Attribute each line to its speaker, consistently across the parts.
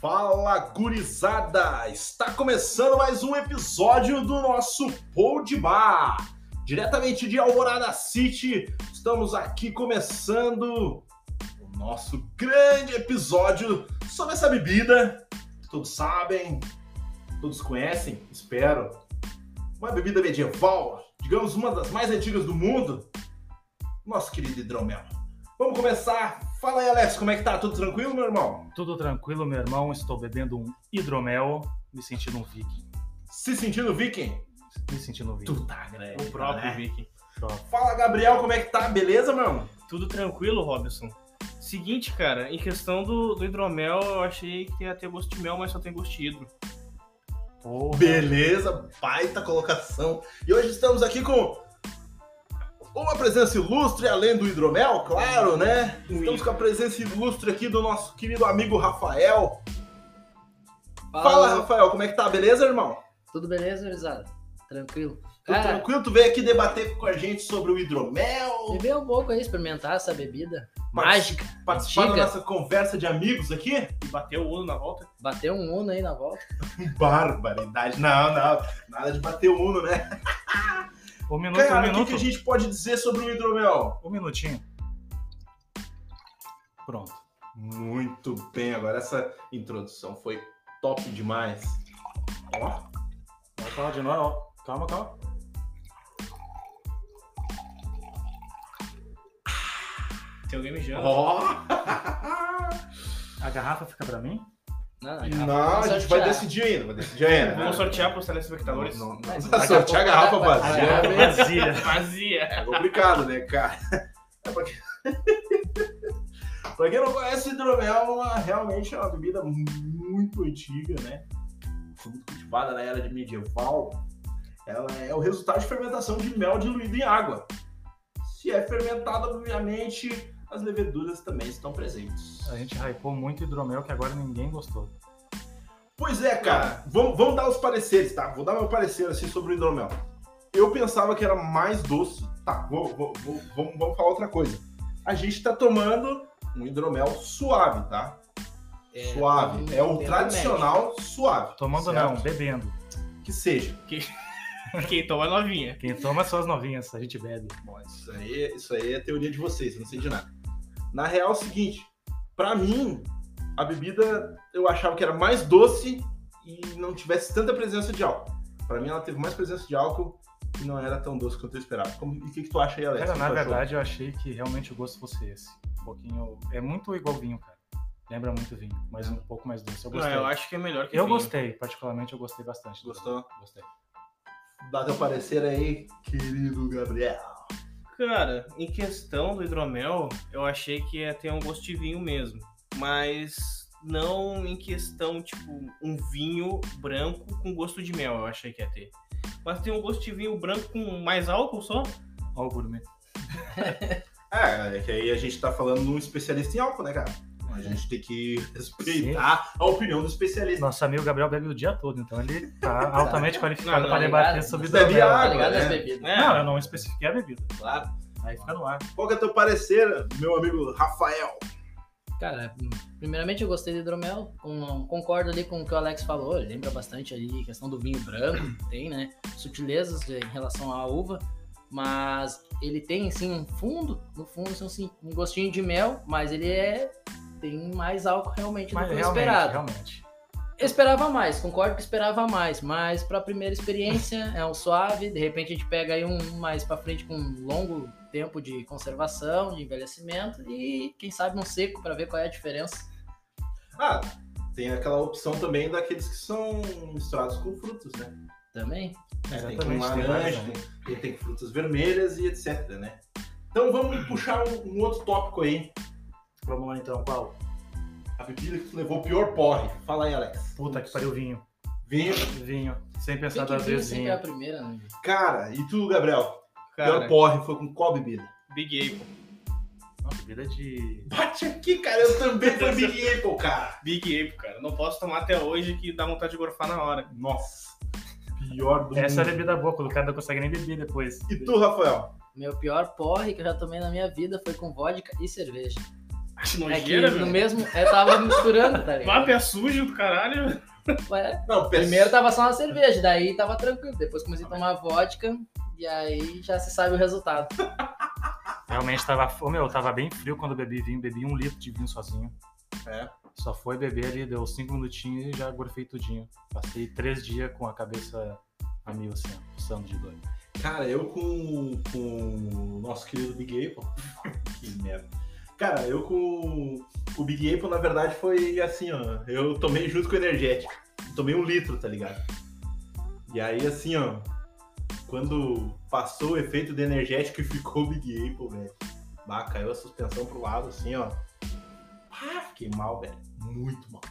Speaker 1: Fala gurizada! Está começando mais um episódio do nosso Pou de Bar. Diretamente de Alvorada City, estamos aqui começando o nosso grande episódio sobre essa bebida. que Todos sabem, todos conhecem, espero. Uma bebida medieval, digamos uma das mais antigas do mundo. Nosso querido hidromel. Vamos começar. Fala aí, Alex, como é que tá? Tudo tranquilo, meu irmão?
Speaker 2: Tudo tranquilo, meu irmão. Estou bebendo um hidromel, me sentindo um viking.
Speaker 1: Se sentindo viking?
Speaker 2: Me sentindo um viking.
Speaker 1: Tu tá, né?
Speaker 3: O próprio
Speaker 1: Né?
Speaker 3: Viking.
Speaker 1: Fala, Gabriel, como é que tá? Beleza, meu? irmão?
Speaker 3: Tudo tranquilo, Robson? Seguinte, cara, em questão do, do hidromel, eu achei que ia ter gosto de mel, mas só tem gosto de hidro.
Speaker 2: Porra.
Speaker 1: Beleza, baita colocação. E hoje estamos aqui com uma presença ilustre, além do hidromel, claro, né?
Speaker 3: Então,
Speaker 1: Estamos com a presença ilustre aqui do nosso querido amigo Rafael. Fala, Rafael, como é que tá? Beleza, irmão?
Speaker 4: Tudo beleza, gurizada? Tranquilo.
Speaker 1: Tudo
Speaker 4: Cara,
Speaker 1: tranquilo? Tu veio aqui debater com a gente sobre o hidromel,
Speaker 4: beber um pouco aí, experimentar essa bebida
Speaker 1: Mas-
Speaker 4: mágica.
Speaker 1: participar da
Speaker 4: Diga.
Speaker 1: nossa conversa de amigos aqui?
Speaker 3: E bateu o olho na volta.
Speaker 4: Bater um uno aí na volta.
Speaker 1: Barbaridade. Não, não. Nada de bater o uno, né?
Speaker 2: Um minuto, um
Speaker 1: Cara, o que
Speaker 2: minuto.
Speaker 1: que a gente pode dizer sobre o hidromel?
Speaker 2: Um minutinho. Pronto.
Speaker 1: Muito bem, agora essa introdução foi top demais. Ó,
Speaker 2: Vai falar de nós, ó. Calma, calma.
Speaker 3: Tem alguém mijando.
Speaker 1: ó.
Speaker 2: A garrafa fica pra mim?
Speaker 4: Não,
Speaker 1: Não, a gente vai decidir ainda, vai decidir ainda.
Speaker 3: Vamos
Speaker 1: Não,
Speaker 3: sortear para os telespectadores.
Speaker 1: não, não.
Speaker 4: Mas
Speaker 1: Nossa,
Speaker 4: daqui a
Speaker 1: sortear a
Speaker 4: pouco
Speaker 1: garrafa
Speaker 4: vai- vai-
Speaker 1: vazia
Speaker 2: Vazia.
Speaker 3: Vazia.
Speaker 1: é complicado, né, cara? É pra quem- pra quem não conhece, hidromel é uma- realmente é uma bebida muito antiga, né? Foi muito cultivada na era de medieval. Ela é o resultado de fermentação de mel diluído em água. Se é fermentada, obviamente, as leveduras também estão presentes.
Speaker 2: A gente hypou muito hidromel que agora ninguém gostou.
Speaker 1: Pois é, cara. Vamos, vamos dar os pareceres, tá? Vou dar meu parecer assim sobre o hidromel. Eu pensava que era mais doce. Tá, vou, vou- vou- vamos, vamos falar outra coisa. A gente tá tomando um hidromel suave, tá? suave. É o tradicional suave.
Speaker 2: Tomando
Speaker 1: certo?
Speaker 2: não, bebendo.
Speaker 1: Que seja.
Speaker 3: Quem toma é novinha.
Speaker 2: Quem toma são as novinhas, a gente bebe.
Speaker 1: Bom, isso aí, isso aí é teoria de vocês, eu não sei de nada. Na real é o seguinte, pra mim, a bebida eu achava que era mais doce e não tivesse tanta presença de álcool. Pra mim ela teve mais presença de álcool e não era tão doce quanto eu esperava. Como- e o que, que tu acha aí, Alex?
Speaker 2: Cara,
Speaker 1: O que
Speaker 2: na
Speaker 1: tu achou?
Speaker 2: verdade eu achei que realmente o gosto fosse esse. Um pouquinho. É muito igual vinho, cara. Lembra muito vinho, mas um pouco mais doce. Eu
Speaker 3: Não,
Speaker 2: gostei.
Speaker 3: eu acho que é melhor que
Speaker 2: Eu
Speaker 3: vinho.
Speaker 2: gostei, particularmente eu gostei bastante.
Speaker 1: Gostou?
Speaker 2: Gostei.
Speaker 1: Dá teu parecer aí, querido Gabriel.
Speaker 3: Cara, em questão do hidromel, eu achei que ia ter um gosto de vinho mesmo. Mas não em questão, tipo, um vinho branco com gosto de mel, eu achei que ia ter. Mas tem um gosto de vinho branco com mais álcool só?
Speaker 2: Ó o gourmet.
Speaker 1: É, é que aí a gente tá falando de um especialista em álcool, né, cara? A gente tem que respeitar a opinião do especialista.
Speaker 2: Nosso amigo Gabriel bebe o dia todo, então ele tá altamente qualificado
Speaker 3: Não, não,
Speaker 2: pra debater sobre
Speaker 1: Bebe
Speaker 2: hidromel.
Speaker 1: água,
Speaker 4: Tá ligado
Speaker 1: né?
Speaker 4: as bebidas.
Speaker 3: É,
Speaker 2: Não, eu não especifiquei a bebida.
Speaker 4: Claro.
Speaker 2: Aí fica no ar.
Speaker 1: Qual que é teu parecer, meu amigo Rafael?
Speaker 4: Cara, primeiramente eu gostei do hidromel, com- concordo ali com o que o Alex falou, lembra bastante ali a questão do vinho branco, tem, né, sutilezas em relação à uva, mas ele tem, sim, um fundo, no fundo, assim, um gostinho de mel, mas ele é, tem mais álcool realmente
Speaker 3: Tipo,
Speaker 2: Mas
Speaker 4: do que o
Speaker 2: realmente,
Speaker 4: esperado.
Speaker 2: realmente.
Speaker 4: Eu esperava mais, concordo que esperava mais, mas pra primeira experiência é um suave, de repente a gente pega aí um mais pra frente com um longo tempo de conservação, de envelhecimento e quem sabe um seco pra ver qual é a diferença.
Speaker 1: Ah, tem aquela opção também daqueles que são misturados com frutos, né?
Speaker 4: Também?
Speaker 1: tem
Speaker 2: Exatamente,
Speaker 1: com
Speaker 2: tem
Speaker 1: laranja,
Speaker 2: vários,
Speaker 1: tem,
Speaker 2: né?
Speaker 1: tem, com frutas vermelhas e etc, né? Então vamos puxar um, um outro tópico aí.
Speaker 2: Vamos lá então, qual?
Speaker 1: A bebida que tu levou o pior porre. Fala aí, Alex.
Speaker 2: Puta que pariu, vinho.
Speaker 1: Vinho.
Speaker 2: Vinho. Sem
Speaker 4: Tem
Speaker 2: pensar
Speaker 4: que
Speaker 2: duas
Speaker 4: vir
Speaker 2: vezes,
Speaker 4: sempre a
Speaker 2: vinho.
Speaker 4: primeira, né?
Speaker 1: Cara, e tu, Gabriel? Pior
Speaker 3: cara,
Speaker 1: porre foi com qual bebida?
Speaker 3: Big Apple.
Speaker 2: Uma bebida de.
Speaker 1: Bate aqui, cara. Eu também fui Big Apple, cara.
Speaker 3: Big Apple, cara. Não posso tomar até hoje que dá vontade de gorfar na hora.
Speaker 1: Nossa. Pior do
Speaker 2: Essa é a
Speaker 1: mundo.
Speaker 2: bebida boa, quando o cara não consegue nem beber depois.
Speaker 1: E tu, Rafael?
Speaker 4: Meu pior porre que eu já tomei na minha vida foi com vodka e cerveja.
Speaker 3: Que
Speaker 4: É que
Speaker 3: nojeira,
Speaker 4: no
Speaker 3: velho.
Speaker 4: mesmo. Eu tava misturando, tá
Speaker 3: Vá,
Speaker 4: ligado?
Speaker 3: pé sujo do caralho.
Speaker 4: É,
Speaker 1: Não, pes-
Speaker 4: Primeiro tava só uma cerveja, daí tava tranquilo. Depois comecei a tomar vodka e aí já se sabe o resultado.
Speaker 2: Realmente tava. Ô, meu, tava bem frio quando eu bebi vinho, bebi um litro de vinho sozinho.
Speaker 1: É.
Speaker 2: Só foi beber ali, deu cinco minutinhos e já gorfei tudinho. Passei três dias com a cabeça a mil, assim, ó, pulsando de dor.
Speaker 1: Cara, eu com, com o nosso querido Big Apple. que merda. Cara, eu com o Big Apple, na verdade, foi assim, ó. Eu tomei junto com o energético. Tomei um litro, tá ligado? E aí, assim, ó. Quando passou o efeito do energético e ficou o Big Apple, velho. Bah, caiu a suspensão pro lado, assim, ó. Ah, fiquei mal, velho. Muito mal.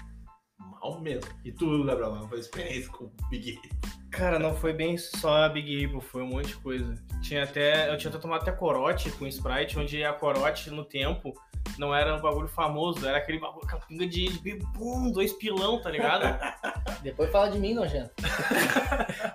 Speaker 1: Mal mesmo. E tu, Gabriel, não foi experiência com o Big Apple?
Speaker 3: Cara, não foi bem só a Big Apple, foi um monte de coisa. Tinha até, eu tinha até tomado até corote com Sprite, onde a corote no tempo não era um bagulho famoso, era aquele bagulho capinga de, de bum, dois pilão, tá ligado?
Speaker 4: Depois fala de mim, nojento.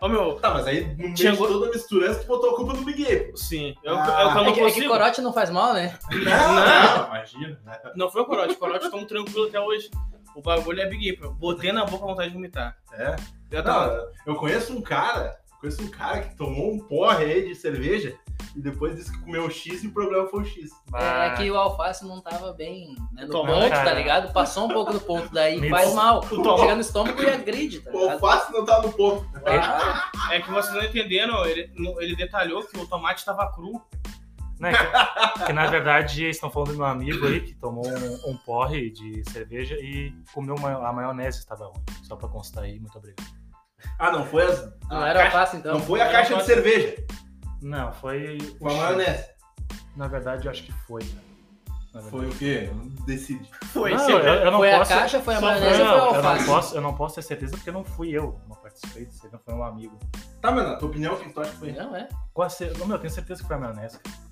Speaker 3: Ô meu,
Speaker 1: Tá, mas aí no meio
Speaker 3: Tinha
Speaker 1: de
Speaker 3: go-
Speaker 1: toda a mistura, tu botou a culpa no Big Apple.
Speaker 3: sim, eu,
Speaker 1: Ah,
Speaker 3: eu, eu
Speaker 4: É
Speaker 3: não
Speaker 4: que, é que
Speaker 3: consigo.
Speaker 4: corote não faz mal, né?
Speaker 1: Não, imagina.
Speaker 3: Não foi o corote, o corote tão tranquilo até hoje. O bagulho é Big Apple. Eu Botei na boca a vontade de vomitar.
Speaker 1: É.
Speaker 3: Eu tava,
Speaker 1: Não, eu conheço um cara, conheço um cara que tomou um porre aí de cerveja e depois disse que comeu X e o problema foi o X.
Speaker 4: É que o alface não tava bem né, no
Speaker 3: Tomou,
Speaker 4: ponto, tá
Speaker 2: Ah. cara.
Speaker 4: ligado? Passou um pouco do ponto, daí
Speaker 2: Me
Speaker 4: faz
Speaker 2: des-
Speaker 4: mal.
Speaker 3: tomou.
Speaker 4: Chega no estômago e agride, tá
Speaker 1: O
Speaker 4: ligado?
Speaker 1: alface não tá no ponto.
Speaker 4: Ah,
Speaker 3: É que vocês não entenderam, ele, no- ele detalhou que o tomate tava cru.
Speaker 2: Não, é que, que, na verdade eles estão falando do meu amigo aí que tomou um, um porre de cerveja e comeu uma, a maionese estava ruim. Só pra constar aí, muito obrigado.
Speaker 1: Ah, não foi as.
Speaker 4: não
Speaker 1: a
Speaker 4: era
Speaker 1: caixa-
Speaker 4: alface então.
Speaker 1: não foi a
Speaker 3: Era
Speaker 1: caixa de
Speaker 3: alface.
Speaker 1: cerveja.
Speaker 2: Não, foi.
Speaker 1: Foi a maionese.
Speaker 2: Na verdade, eu acho que foi, cara. Na verdade.
Speaker 1: Tá Foi o quê? Eu não Decidi.
Speaker 3: Foi,
Speaker 2: Não, eu, eu não
Speaker 4: Foi a
Speaker 2: posso.
Speaker 4: caixa, foi a
Speaker 3: só
Speaker 4: maionese ou foi o
Speaker 2: Não, eu, não
Speaker 4: alface?
Speaker 2: posso, eu não posso ter certeza porque não fui eu, não participei disso, não foi um amigo.
Speaker 1: Tá, mas na tua opinião, quem tu acha que foi?
Speaker 4: Não, é.
Speaker 2: Com a cer- Não, meu, eu tenho certeza que foi a maionese. cara.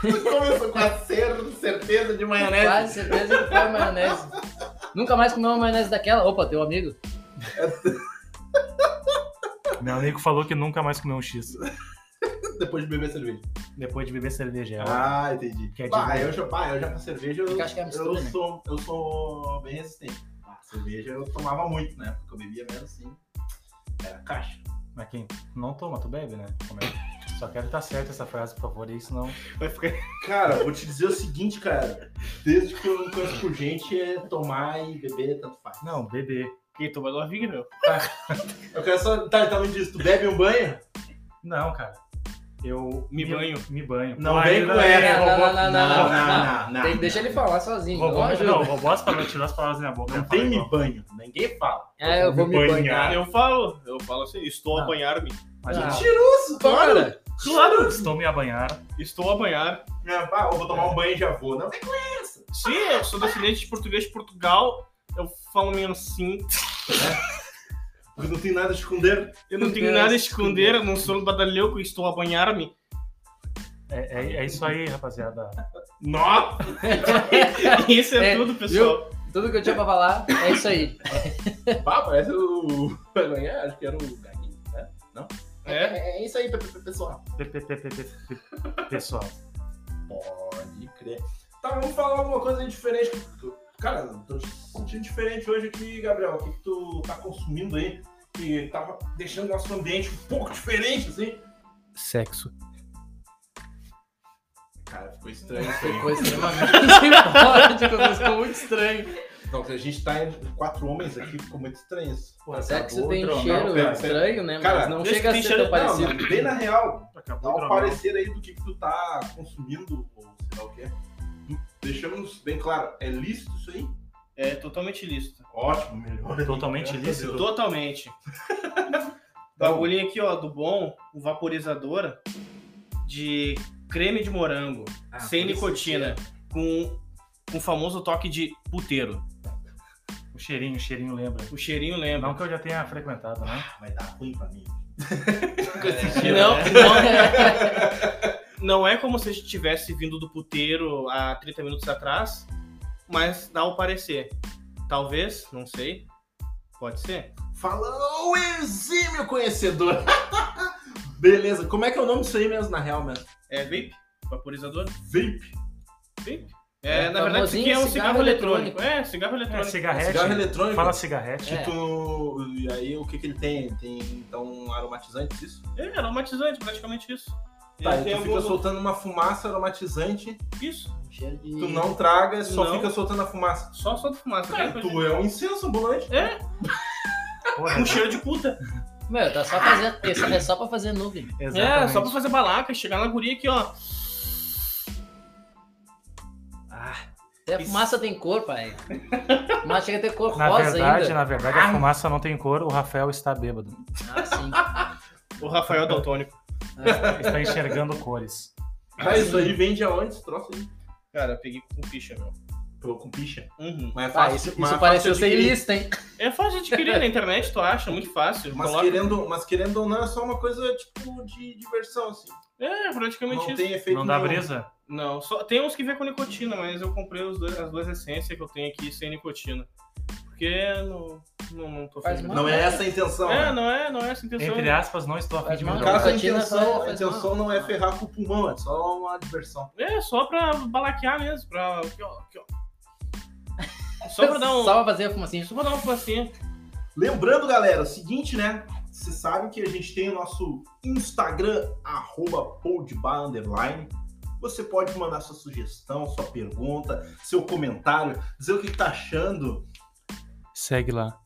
Speaker 1: Começou com a cer- certeza de
Speaker 2: É.
Speaker 1: maionese.
Speaker 4: Quase certeza que foi a maionese. Nunca mais comeu uma maionese daquela. Opa, teu amigo.
Speaker 2: Meu amigo falou que nunca mais comeu um X
Speaker 1: Depois de beber cerveja.
Speaker 2: depois de beber cerveja.
Speaker 1: Ah, entendi.
Speaker 2: um Que é de
Speaker 1: Bah,
Speaker 2: boa.
Speaker 1: eu já, bah, eu já pra cerveja eu,
Speaker 4: Porque acho que é a mistura,
Speaker 1: eu
Speaker 4: né?
Speaker 1: sou, eu sou bem resistente. Ah, cerveja eu tomava muito, né? Porque eu bebia menos assim. Era caixa.
Speaker 2: Mas quem não toma, tu bebe, né? Como é? Só quero estar certo essa frase, por favor, aí senão.
Speaker 3: Vai ficar...
Speaker 1: Cara, vou te dizer o seguinte, cara. Desde que eu conheço por gente é tomar e beber, tanto faz.
Speaker 2: Não, beber.
Speaker 3: Quem tomou da vinha, meu?
Speaker 1: Eu quero só. Tá, então me diz, tu bebe um banho?
Speaker 2: Não, cara. Eu.
Speaker 3: Me banho.
Speaker 2: Me banho.
Speaker 1: Não
Speaker 2: Pô,
Speaker 1: vem
Speaker 2: aí,
Speaker 1: com
Speaker 2: É, não,
Speaker 1: essa.
Speaker 2: aí,
Speaker 4: Não,
Speaker 2: robô-
Speaker 4: não, não, não, não.
Speaker 1: não, não,
Speaker 4: Tem que
Speaker 1: não.
Speaker 4: deixar ele falar sozinho.
Speaker 2: robô-
Speaker 4: Não
Speaker 2: Não,
Speaker 4: ajuda.
Speaker 2: robô as palavras, tirar as palavras da minha boca.
Speaker 1: Não
Speaker 2: fala
Speaker 1: tem me
Speaker 2: igual.
Speaker 1: banho. Ninguém fala.
Speaker 4: É, eu vou me banhar.
Speaker 3: Eu falo, eu falo assim, estou
Speaker 2: Ah.
Speaker 3: a banhar-me.
Speaker 2: Mas
Speaker 4: Ah.
Speaker 2: eu
Speaker 1: Mentiroso,
Speaker 4: Para!
Speaker 2: não- estou me a banhar.
Speaker 3: Estou a banhar.
Speaker 1: Não, pá, eu vou tomar um banho e já vou. Não vem com essa.
Speaker 3: Sim, eu sou descendente de português de Portugal. Eu falo menos sim.
Speaker 1: Porque não tem nada a esconder.
Speaker 3: Eu não tenho
Speaker 4: Deus.
Speaker 3: nada a esconder, eu não sou um badalhoco, estou a banhar-me.
Speaker 2: É, é- é isso aí, rapaziada.
Speaker 1: Nossa!
Speaker 3: Isso é,
Speaker 4: É,
Speaker 3: tudo, pessoal.
Speaker 4: Tudo que eu tinha pra falar é isso aí.
Speaker 1: Pá, parece o. Vai ganhar? Acho que era o Gaguinho, né?
Speaker 3: É.
Speaker 1: É, isso aí, pe- pe- pessoal.
Speaker 2: Pe- pe- pe- pe- pe- pe- Pessoal.
Speaker 1: Pode crer. Tá, vamos falar alguma coisa aí diferente. que tu- Cara, eu tô te sentindo diferente hoje aqui, Gabriel. O que, que tu tá consumindo aí? Que tava deixando o nosso ambiente um pouco diferente, assim.
Speaker 3: Sexo.
Speaker 1: Cara, ficou estranho isso aí.
Speaker 4: Ficou extremamente forte, ficou muito estranho.
Speaker 1: Não, a gente tá em quatro homens aqui, ficou muito estranho isso.
Speaker 4: Será que você
Speaker 2: Acabou
Speaker 4: tem
Speaker 2: o
Speaker 4: um
Speaker 2: dronão,
Speaker 4: cheiro
Speaker 1: pera,
Speaker 4: estranho, né?
Speaker 1: Cara,
Speaker 4: Mas não
Speaker 3: deixa
Speaker 4: chega a
Speaker 3: que tem
Speaker 4: ser
Speaker 3: cheiro-
Speaker 4: tão
Speaker 1: Não,
Speaker 4: parecido.
Speaker 1: mas bem na real, dá
Speaker 2: Acabou o
Speaker 1: um
Speaker 2: dronão.
Speaker 1: parecer aí do que, que tu tá consumindo, ou sei lá o que é. Deixamos bem claro, é lícito isso aí?
Speaker 3: É totalmente lícito.
Speaker 1: Ótimo, melhor.
Speaker 2: Totalmente
Speaker 1: Graças a
Speaker 2: lícito.
Speaker 1: Deus.
Speaker 3: Totalmente. Bagulhinho aqui, ó, do bom, um vaporizador de creme de morango,
Speaker 1: Ah,
Speaker 3: sem
Speaker 1: por isso
Speaker 3: nicotina, com um famoso toque de puteiro.
Speaker 2: O cheirinho, o cheirinho lembra.
Speaker 3: O cheirinho lembra.
Speaker 2: Não que eu já tenha frequentado, né?
Speaker 1: que é, Vai dar ruim pra mim. É.
Speaker 3: Não,
Speaker 4: É,
Speaker 3: não, não é como se a gente tivesse vindo do puteiro há 30 minutos atrás, mas dá o parecer. Talvez, não sei. Pode ser.
Speaker 1: Fala, ô exímio conhecedor! Beleza, como é que é o nome disso aí mesmo, na real mesmo?
Speaker 3: É vape? Vaporizador?
Speaker 1: Vape.
Speaker 3: Vape? É,
Speaker 4: É,
Speaker 3: na verdade, isso aqui é um
Speaker 4: famosinho
Speaker 3: cigarro,
Speaker 4: cigarro
Speaker 3: eletrônico. É, cigarro
Speaker 2: É,
Speaker 3: eletrônico.
Speaker 2: cigarrete.
Speaker 1: Cigarro eletrônico.
Speaker 2: Fala assim. cigarrete.
Speaker 4: É.
Speaker 1: Tipo, e aí o que que ele tem? Tem então aromatizante isso?
Speaker 3: É, aromatizante, praticamente isso.
Speaker 1: Tá,
Speaker 3: Ele
Speaker 1: e
Speaker 3: tem
Speaker 1: tu fica
Speaker 3: alguns-
Speaker 1: soltando uma fumaça aromatizante,
Speaker 3: Isso,
Speaker 4: Cheiro de...
Speaker 1: tu não traga, só
Speaker 3: Não.
Speaker 1: fica soltando a fumaça.
Speaker 3: só solta fumaça. né?
Speaker 1: Cara,
Speaker 3: tem coisa-
Speaker 1: tu é um incenso ambulante.
Speaker 2: Porra,
Speaker 3: Um cheiro de puta.
Speaker 4: Meu, tá só fazer... é só- é só pra fazer nuvem.
Speaker 3: É,
Speaker 2: exatamente.
Speaker 3: só pra fazer balaca, chegar na guria aqui, ó. Ah,
Speaker 4: Até a fumaça tem cor, pai. Fumaça chega a ter cor
Speaker 2: Na
Speaker 4: rosa
Speaker 2: verdade,
Speaker 4: ainda.
Speaker 2: na verdade, a fumaça não tem cor, o Rafael está bêbado.
Speaker 4: Ah, sim.
Speaker 3: o Rafael Daltônico.
Speaker 2: Está enxergando cores.
Speaker 1: Ah,
Speaker 4: É
Speaker 1: isso aí vende aonde esse troço aí?
Speaker 3: Cara, eu peguei com ficha, meu.
Speaker 1: Pô, com picha.
Speaker 3: Uhum.
Speaker 1: Mas é
Speaker 4: Ah,
Speaker 1: fácil,
Speaker 4: isso,
Speaker 1: mas é fácil
Speaker 4: isso pareceu
Speaker 1: de
Speaker 4: sem
Speaker 1: adquirir.
Speaker 4: lista, hein?
Speaker 3: É fácil de adquirir na internet, tu acha? É Muito fácil.
Speaker 1: Mas
Speaker 3: Coloca-
Speaker 1: querendo, mas querendo ou não, é só uma coisa tipo de diversão, assim.
Speaker 3: É, praticamente
Speaker 1: Não
Speaker 3: isso.
Speaker 1: tem efeito
Speaker 2: Não dá
Speaker 1: nenhum.
Speaker 2: brisa?
Speaker 3: Não, só tem uns que vem com nicotina, mas eu comprei os dois- as duas essências que eu tenho aqui sem nicotina. Porque não, não, não tô
Speaker 4: Faz
Speaker 3: fazendo.
Speaker 1: Não é essa a intenção.
Speaker 3: É,
Speaker 1: né?
Speaker 3: não é, não é essa a intenção.
Speaker 2: Entre aspas, não estou afim de
Speaker 4: Não,
Speaker 1: No
Speaker 2: melhorar.
Speaker 1: caso, a
Speaker 4: nicotina
Speaker 1: intenção, a
Speaker 4: faz- faz mal.
Speaker 1: intenção não é ferrar com o pulmão, é só uma diversão.
Speaker 3: É, só pra balaquear mesmo, pra. Aqui, ó, aqui, ó. Só pra dar um.
Speaker 4: Só pra fazer a fumacinha.
Speaker 3: Só pra dar um uma fumacinha.
Speaker 1: Lembrando, galera, o seguinte, né? Vocês sabem que a gente tem o nosso Instagram, arroba podbar, underline. Você pode mandar sua sugestão, sua pergunta, seu comentário, dizer o que que tá achando.
Speaker 2: Segue lá.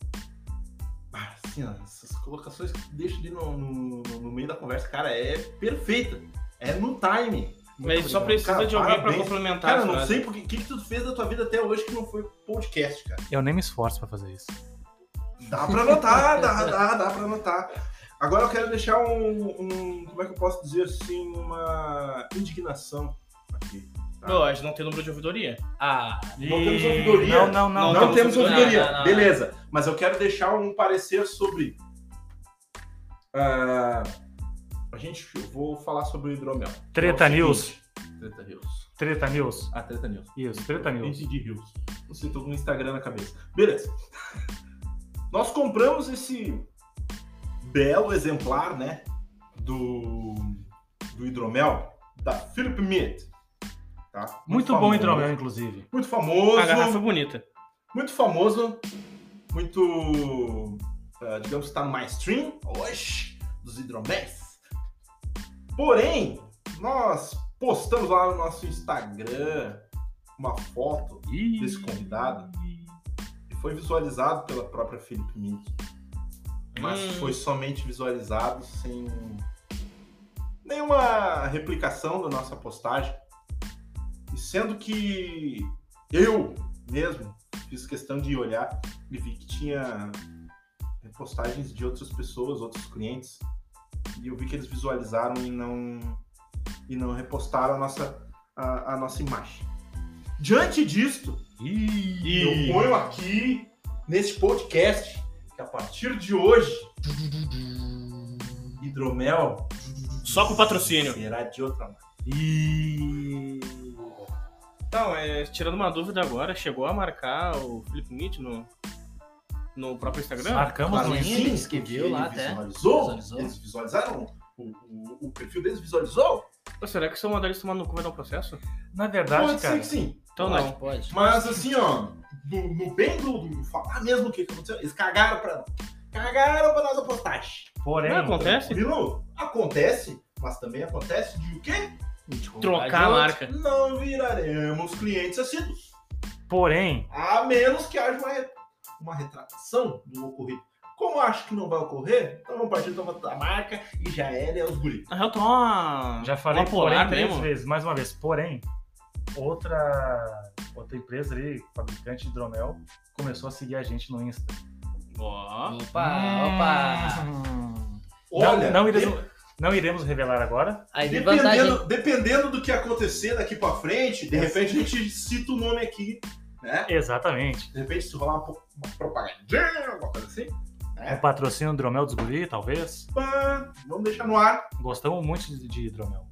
Speaker 1: Ah, Assim, ó, essas colocações que tu deixa ali no, no- no- no meio da conversa, cara, é perfeita. É no time.
Speaker 3: Mas só
Speaker 1: obrigado.
Speaker 3: precisa
Speaker 1: Cara,
Speaker 3: de alguém pra
Speaker 1: parabéns.
Speaker 3: complementar.
Speaker 1: Cara,
Speaker 3: as
Speaker 1: não
Speaker 3: frases.
Speaker 1: sei porque. O que, que tu fez da tua vida até hoje que não foi podcast, cara?
Speaker 2: Eu nem me esforço pra fazer isso.
Speaker 1: Dá pra anotar, dá, dá, dá pra anotar. Agora eu quero deixar um, um- Como é que eu posso dizer assim? Uma indignação aqui. tá?
Speaker 3: Pô, a gente não tem número de ouvidoria.
Speaker 4: Ah,
Speaker 1: Não temos
Speaker 2: E-
Speaker 1: ouvidoria.
Speaker 2: Não, não, não.
Speaker 1: Não,
Speaker 2: não.
Speaker 1: temos ouvidoria,
Speaker 4: não, não, não.
Speaker 1: beleza. Mas eu quero deixar um parecer sobre. ah, a gente. Eu vou falar sobre o hidromel.
Speaker 2: Treta
Speaker 1: É o seguinte-
Speaker 2: News.
Speaker 1: Treta News.
Speaker 2: Treta News.
Speaker 1: Ah, Treta News.
Speaker 2: Isso, Treta News.
Speaker 1: Entendi, Rios. Não sei, tô com o Instagram na cabeça. Beleza. Nós compramos esse belo exemplar, né? Do, do hidromel da Philip Mead. Tá?
Speaker 2: Muito bom
Speaker 1: famoso.
Speaker 2: hidromel, inclusive.
Speaker 1: Muito famoso.
Speaker 3: A garrafa é bonita.
Speaker 1: Muito famoso. Muito. ah, digamos que tá no mainstream hoje. Dos hidroméis. Porém, nós postamos lá no nosso Instagram uma foto
Speaker 2: Ih.
Speaker 1: desse convidado e foi visualizado pela própria Felipe Mint. Mas
Speaker 3: Hum.
Speaker 1: foi somente visualizado sem nenhuma replicação da nossa postagem. E sendo que eu mesmo fiz questão de olhar e vi que tinha é, postagens de outras pessoas, outros clientes. E eu vi que eles visualizaram e não, e não repostaram a nossa, a- a nossa imagem. Diante disto,
Speaker 2: Ih.
Speaker 1: eu ponho aqui nesse podcast que a partir de hoje hidromel
Speaker 3: Só com patrocínio.
Speaker 1: será de outra marca.
Speaker 2: Ih.
Speaker 3: Então, é, tirando uma dúvida agora, chegou a marcar o Felipe Nietzsche no, no próprio Instagram?
Speaker 1: Ah,
Speaker 2: Marcamos
Speaker 4: Claro.
Speaker 2: no
Speaker 4: Sim,
Speaker 1: Sim,
Speaker 4: eles que
Speaker 1: porque
Speaker 4: viu lá
Speaker 1: ele
Speaker 4: até.
Speaker 1: Visualizou,
Speaker 4: Visualizou.
Speaker 1: Eles visualizaram o, o, o perfil deles visualizou?
Speaker 3: Pô, será que se eu mandar eles tomar no cu vai dar um processo?
Speaker 2: Na verdade,
Speaker 1: Pode ser
Speaker 2: cara.
Speaker 1: que sim.
Speaker 3: Então
Speaker 4: pode,
Speaker 3: não.
Speaker 4: pode.
Speaker 1: Mas assim, ó, no, no bem do, do falar mesmo o que aconteceu, eles cagaram pra nós. Cagaram pra nossa postagem.
Speaker 2: Porém,
Speaker 3: Não é acontece?
Speaker 1: Viu? Acontece, mas também acontece de o quê?
Speaker 4: Gente, com
Speaker 3: Trocar a
Speaker 4: vontade,
Speaker 3: marca.
Speaker 1: Não viraremos clientes assíduos.
Speaker 2: porém,
Speaker 1: A menos que haja uma, re- uma retratação do ocorrido. Como eu acho que não vai ocorrer, então vamos partir do da marca e já era é os guris.
Speaker 3: Na real, toma uma.
Speaker 2: já falei
Speaker 3: uma
Speaker 2: porém
Speaker 3: polar
Speaker 2: três
Speaker 3: mesmo.
Speaker 2: vezes, mais uma vez. Porém, outra, outra empresa ali, fabricante de hidromel, começou a seguir a gente no Insta.
Speaker 3: Ó.
Speaker 4: Opa, opa.
Speaker 2: Hum.
Speaker 1: Olha,
Speaker 2: não, não,
Speaker 1: de-
Speaker 2: iremos, não iremos revelar agora.
Speaker 4: Aí tem vantagem.
Speaker 1: dependendo, dependendo do que acontecer daqui pra frente, de repente a gente cita o nome aqui, né?
Speaker 2: Exatamente.
Speaker 1: De repente se rolar uma, po- uma propagandinha, alguma coisa assim.
Speaker 2: O patrocínio do hidromel dos guri, talvez.
Speaker 1: Pá, vamos deixar no ar.
Speaker 2: Gostamos muito de- de hidromel.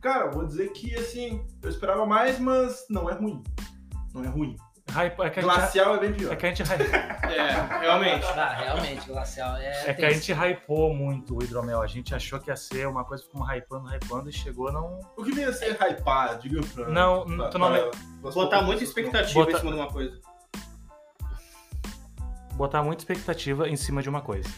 Speaker 1: Cara, vou dizer que assim, eu esperava mais, mas não é ruim. Não é ruim.
Speaker 2: hypa- é que a gente-
Speaker 1: Glacial é bem
Speaker 2: é
Speaker 1: pior.
Speaker 2: que a gente hypa-
Speaker 3: É, realmente.
Speaker 4: Ah, realmente, glacial é.
Speaker 2: É que a
Speaker 4: tenso.
Speaker 2: gente hypou muito o hidromel. A gente achou que ia ser uma coisa, ficou hypando, hypando e chegou não.
Speaker 1: O que vinha a ser hypar, diga pra...
Speaker 2: Não,
Speaker 1: pra-
Speaker 2: tu não
Speaker 1: pra-
Speaker 2: lembra.
Speaker 1: pra-
Speaker 3: Botar muita expectativa
Speaker 2: Bota-
Speaker 3: em cima de uma coisa.
Speaker 2: Botar muita expectativa em cima de uma coisa.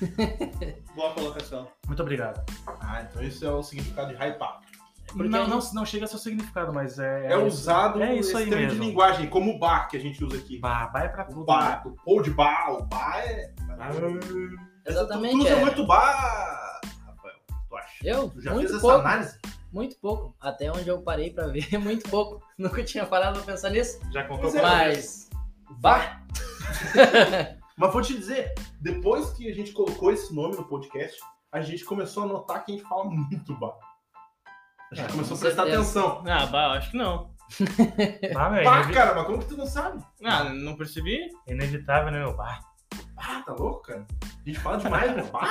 Speaker 3: Boa colocação.
Speaker 2: Muito obrigado.
Speaker 1: Ah, então esse é o significado de hypar.
Speaker 4: Porque
Speaker 2: Não,
Speaker 4: a
Speaker 2: não, não chega a ser o significado, mas é.
Speaker 1: É, usado
Speaker 2: É isso
Speaker 1: esse
Speaker 2: aí
Speaker 1: termo
Speaker 2: mesmo.
Speaker 1: de linguagem, como o bar que a gente usa aqui.
Speaker 2: Bah, vai pra
Speaker 1: O
Speaker 2: tudo. né?
Speaker 1: bar, o ou de bar, o bar é... Tu
Speaker 4: Hum. Exatamente.
Speaker 1: usa
Speaker 4: é.
Speaker 1: muito bar, Rafael, tu acha?
Speaker 4: Eu?
Speaker 1: Tu já
Speaker 4: muito
Speaker 1: fez
Speaker 4: pouco,
Speaker 1: essa análise?
Speaker 4: muito pouco. Até onde eu parei pra ver, muito pouco. Nunca tinha parado pra pensar nisso.
Speaker 2: Já contou
Speaker 1: Pois é.
Speaker 4: Mas. Bah!
Speaker 1: Mas vou te dizer, depois que a gente colocou esse nome no podcast, a gente começou a notar que a gente fala muito bar. A gente
Speaker 4: É,
Speaker 1: começou a
Speaker 4: com
Speaker 1: prestar
Speaker 4: certeza.
Speaker 1: atenção.
Speaker 3: Ah, bah, eu acho que não.
Speaker 2: Ah, meu,
Speaker 1: Bah,
Speaker 2: inevi-
Speaker 1: cara, mas como que tu não sabe?
Speaker 3: Ah, não percebi?
Speaker 2: inevitável, né, meu? Bah.
Speaker 1: Ah, tá louco, cara? A gente fala demais, né? meu. Bah,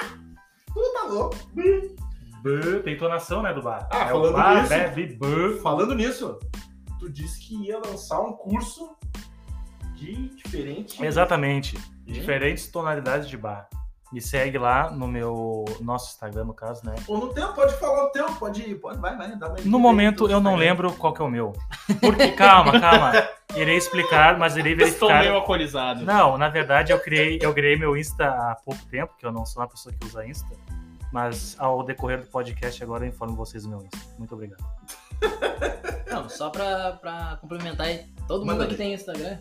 Speaker 1: tu tá louco.
Speaker 2: Bã, tem entonação, né, do bar.
Speaker 1: Ah,
Speaker 2: é
Speaker 1: falando
Speaker 2: o bar,
Speaker 1: nisso-
Speaker 2: bebe, bã.
Speaker 1: Falando nisso, tu disse que ia lançar um curso de diferente...
Speaker 2: Exatamente.
Speaker 1: Hum?
Speaker 2: Diferentes tonalidades de bar. Me segue lá no meu. Nosso Instagram, no caso, né?
Speaker 1: Ou no teu, pode falar o teu, pode ir, pode, vai, vai. Dá uma
Speaker 2: No momento eu não lembro qual que é o meu. Porque, calma, calma. Irei explicar, mas irei
Speaker 3: Estou
Speaker 2: verificar.
Speaker 3: meio alcoolizado.
Speaker 2: Não, na verdade eu criei, eu criei meu Insta há pouco tempo, que eu não sou uma pessoa que usa Insta. Mas ao decorrer do podcast agora eu informo vocês o meu Insta. Muito obrigado.
Speaker 4: Não, só pra, pra complementar aí. Todo
Speaker 1: Manda
Speaker 4: mundo aqui
Speaker 1: aí.
Speaker 4: tem Instagram.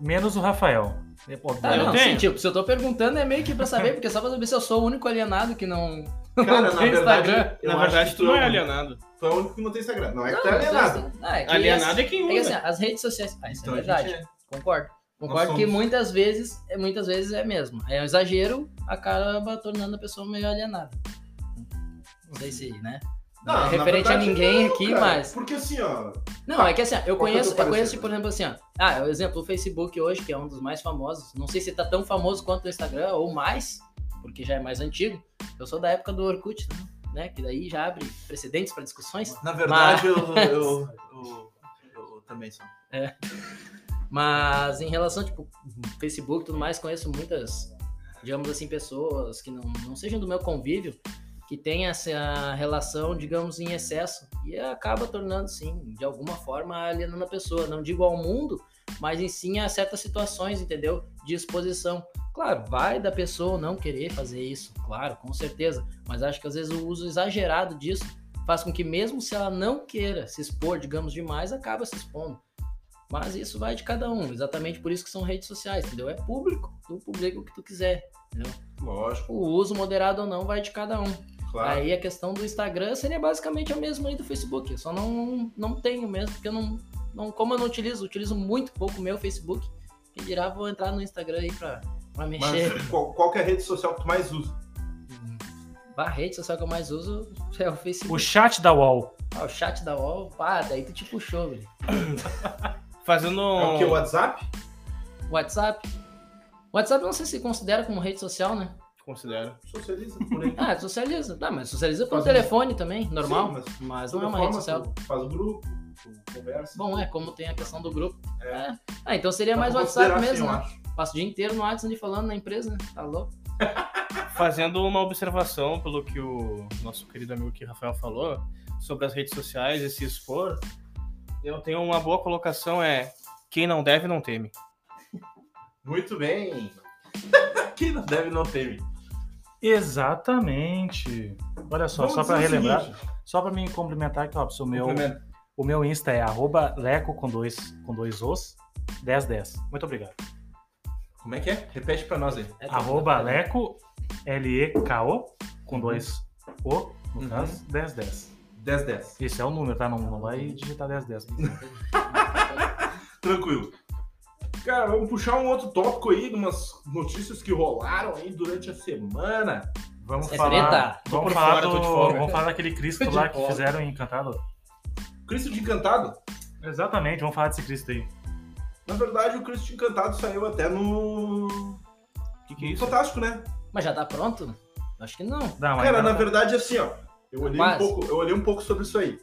Speaker 2: Menos o Rafael. É, pô,
Speaker 4: Tá,
Speaker 3: Eu
Speaker 4: não,
Speaker 3: tenho.
Speaker 4: sim, tipo, se eu tô perguntando é meio que pra saber, porque só pra saber se eu sou o único alienado que não.
Speaker 1: Cara, na
Speaker 4: Não tem
Speaker 1: verdade,
Speaker 4: Instagram.
Speaker 1: eu
Speaker 3: Na
Speaker 1: acho
Speaker 3: verdade,
Speaker 1: que
Speaker 3: tu não é
Speaker 1: o único-
Speaker 3: alienado.
Speaker 1: Tu é o único que não tem Instagram. Não é que
Speaker 4: não,
Speaker 1: tu é alienado.
Speaker 4: Ah, é que
Speaker 3: Alienado é quem
Speaker 4: É que assim,
Speaker 3: usa.
Speaker 4: as redes sociais. Ah, isso
Speaker 1: Então,
Speaker 4: é
Speaker 1: a
Speaker 4: verdade.
Speaker 1: gente é-
Speaker 4: Concordo. Concordo
Speaker 1: somos-
Speaker 4: que muitas vezes, é- muitas vezes é mesmo. É um exagero, acaba tornando a pessoa meio alienada. Não sei se, né? Não,
Speaker 1: Não, na
Speaker 4: é referente a
Speaker 1: verdade,
Speaker 4: ninguém
Speaker 1: não,
Speaker 4: aqui,
Speaker 1: cara.
Speaker 4: mas.
Speaker 1: Porque assim, ó.
Speaker 4: Não, é que assim, ó,
Speaker 1: Qual
Speaker 4: eu
Speaker 1: que é o
Speaker 4: conheço,
Speaker 1: teu
Speaker 4: eu conheço,
Speaker 1: parecer?
Speaker 4: por exemplo, assim, ó. Ah, o exemplo, o Facebook hoje, que é um dos mais famosos. Não sei se tá tão famoso quanto o Instagram, ou mais, porque já é mais antigo. Eu sou da época do Orkut, né? né? Que daí já abre precedentes para discussões.
Speaker 1: Na verdade, eu, eu, eu, eu também sou.
Speaker 4: Mas em relação, tipo, Facebook e tudo mais, conheço muitas, digamos assim, pessoas que não, não sejam do meu convívio, que têm essa relação, digamos, em excesso. E acaba tornando, sim, de alguma forma, alienando a pessoa. Não digo ao mundo, mas em sim a certas situações, entendeu? De exposição. Claro, vai da pessoa não querer fazer isso, claro, com certeza. Mas acho que às vezes o uso exagerado disso faz com que, mesmo se ela não queira se expor, digamos, demais, acaba se expondo. Mas isso vai de cada um, exatamente por isso que são redes sociais, entendeu? É público, tu publica o que tu quiser.
Speaker 1: Lógico,
Speaker 4: O uso moderado ou não vai de cada um.
Speaker 1: claro.
Speaker 4: Aí a questão do Instagram seria basicamente o mesmo aí do Facebook. Eu só não, não tenho mesmo, porque eu não, não. Como eu não utilizo, utilizo muito pouco o meu Facebook. Quem dirá, vou entrar no Instagram aí pra, pra mexer.
Speaker 1: Mas qual, qual que é a rede social que tu mais usa?
Speaker 4: Bah, A rede social que eu mais uso é o Facebook.
Speaker 2: O chat da UOL.
Speaker 4: Ah, o chat da UOL, pá, daí tu te puxou, velho. assim,
Speaker 3: Fazendo. um
Speaker 1: É o que? O WhatsApp?
Speaker 4: WhatsApp. WhatsApp eu não sei se considera como rede social, né?
Speaker 3: Considero.
Speaker 1: Socializa por aí.
Speaker 4: Ah, socializa. Tá, mas socializa pelo
Speaker 1: Faz um-
Speaker 4: telefone também, normal.
Speaker 1: Sim, mas
Speaker 4: mas
Speaker 1: de
Speaker 4: não
Speaker 1: toda
Speaker 4: é uma rede
Speaker 1: forma,
Speaker 4: social.
Speaker 1: tu Faz um grupo, tu conversa.
Speaker 4: Bom, é, como tem a questão do grupo.
Speaker 1: É.
Speaker 4: É. Ah, então seria
Speaker 1: Dá
Speaker 4: mais
Speaker 1: pra
Speaker 4: WhatsApp
Speaker 1: considerar assim,
Speaker 4: mesmo,
Speaker 1: eu
Speaker 4: né?
Speaker 1: acho.
Speaker 4: Passa o dia inteiro no WhatsApp ali falando na empresa, né? Tá louco?
Speaker 3: Fazendo uma observação pelo que o nosso querido amigo aqui, Rafael, falou sobre as redes sociais e se expor. Eu tenho uma boa colocação: é quem não deve, não teme.
Speaker 1: Muito bem. Quem não deve não teme.
Speaker 2: Exatamente. Olha só, só pra relembrar, só pra me complementar que ó, o meu, o meu Insta é arroba leco com dois, com dois os 1010. Muito obrigado.
Speaker 1: Como é que é? Repete pra nós aí.
Speaker 4: É, tá
Speaker 2: Arroba
Speaker 4: louco, né?
Speaker 2: leco, L-E-K-O, com dois O, no
Speaker 1: Uhum.
Speaker 2: caso, 1010.
Speaker 1: 1010.
Speaker 2: Isso é o número, tá? Não, não vai digitar 1010.
Speaker 1: Tranquilo. Cara, vamos puxar um outro tópico aí, de umas notícias que rolaram aí durante a semana.
Speaker 2: Vamos
Speaker 4: É
Speaker 2: falar,
Speaker 4: treta.
Speaker 2: vamos
Speaker 3: por
Speaker 2: falar,
Speaker 3: fora, tô
Speaker 2: do,
Speaker 3: de folga.
Speaker 2: vamos falar daquele Cristo
Speaker 4: Tô de
Speaker 2: lá que
Speaker 4: folga.
Speaker 2: fizeram em Encantado.
Speaker 1: Cristo de Encantado.
Speaker 2: Exatamente, vamos falar desse Cristo aí.
Speaker 1: Na verdade, o Cristo de Encantado saiu até no.
Speaker 3: O que, que é isso?
Speaker 1: Fantástico, né?
Speaker 4: Mas já tá pronto? Acho que não.
Speaker 2: Não, tá. mas
Speaker 1: Cara, na
Speaker 2: não-
Speaker 1: verdade, assim, ó. Eu olhei, um
Speaker 4: Quase.
Speaker 1: pouco, eu olhei um pouco sobre isso aí.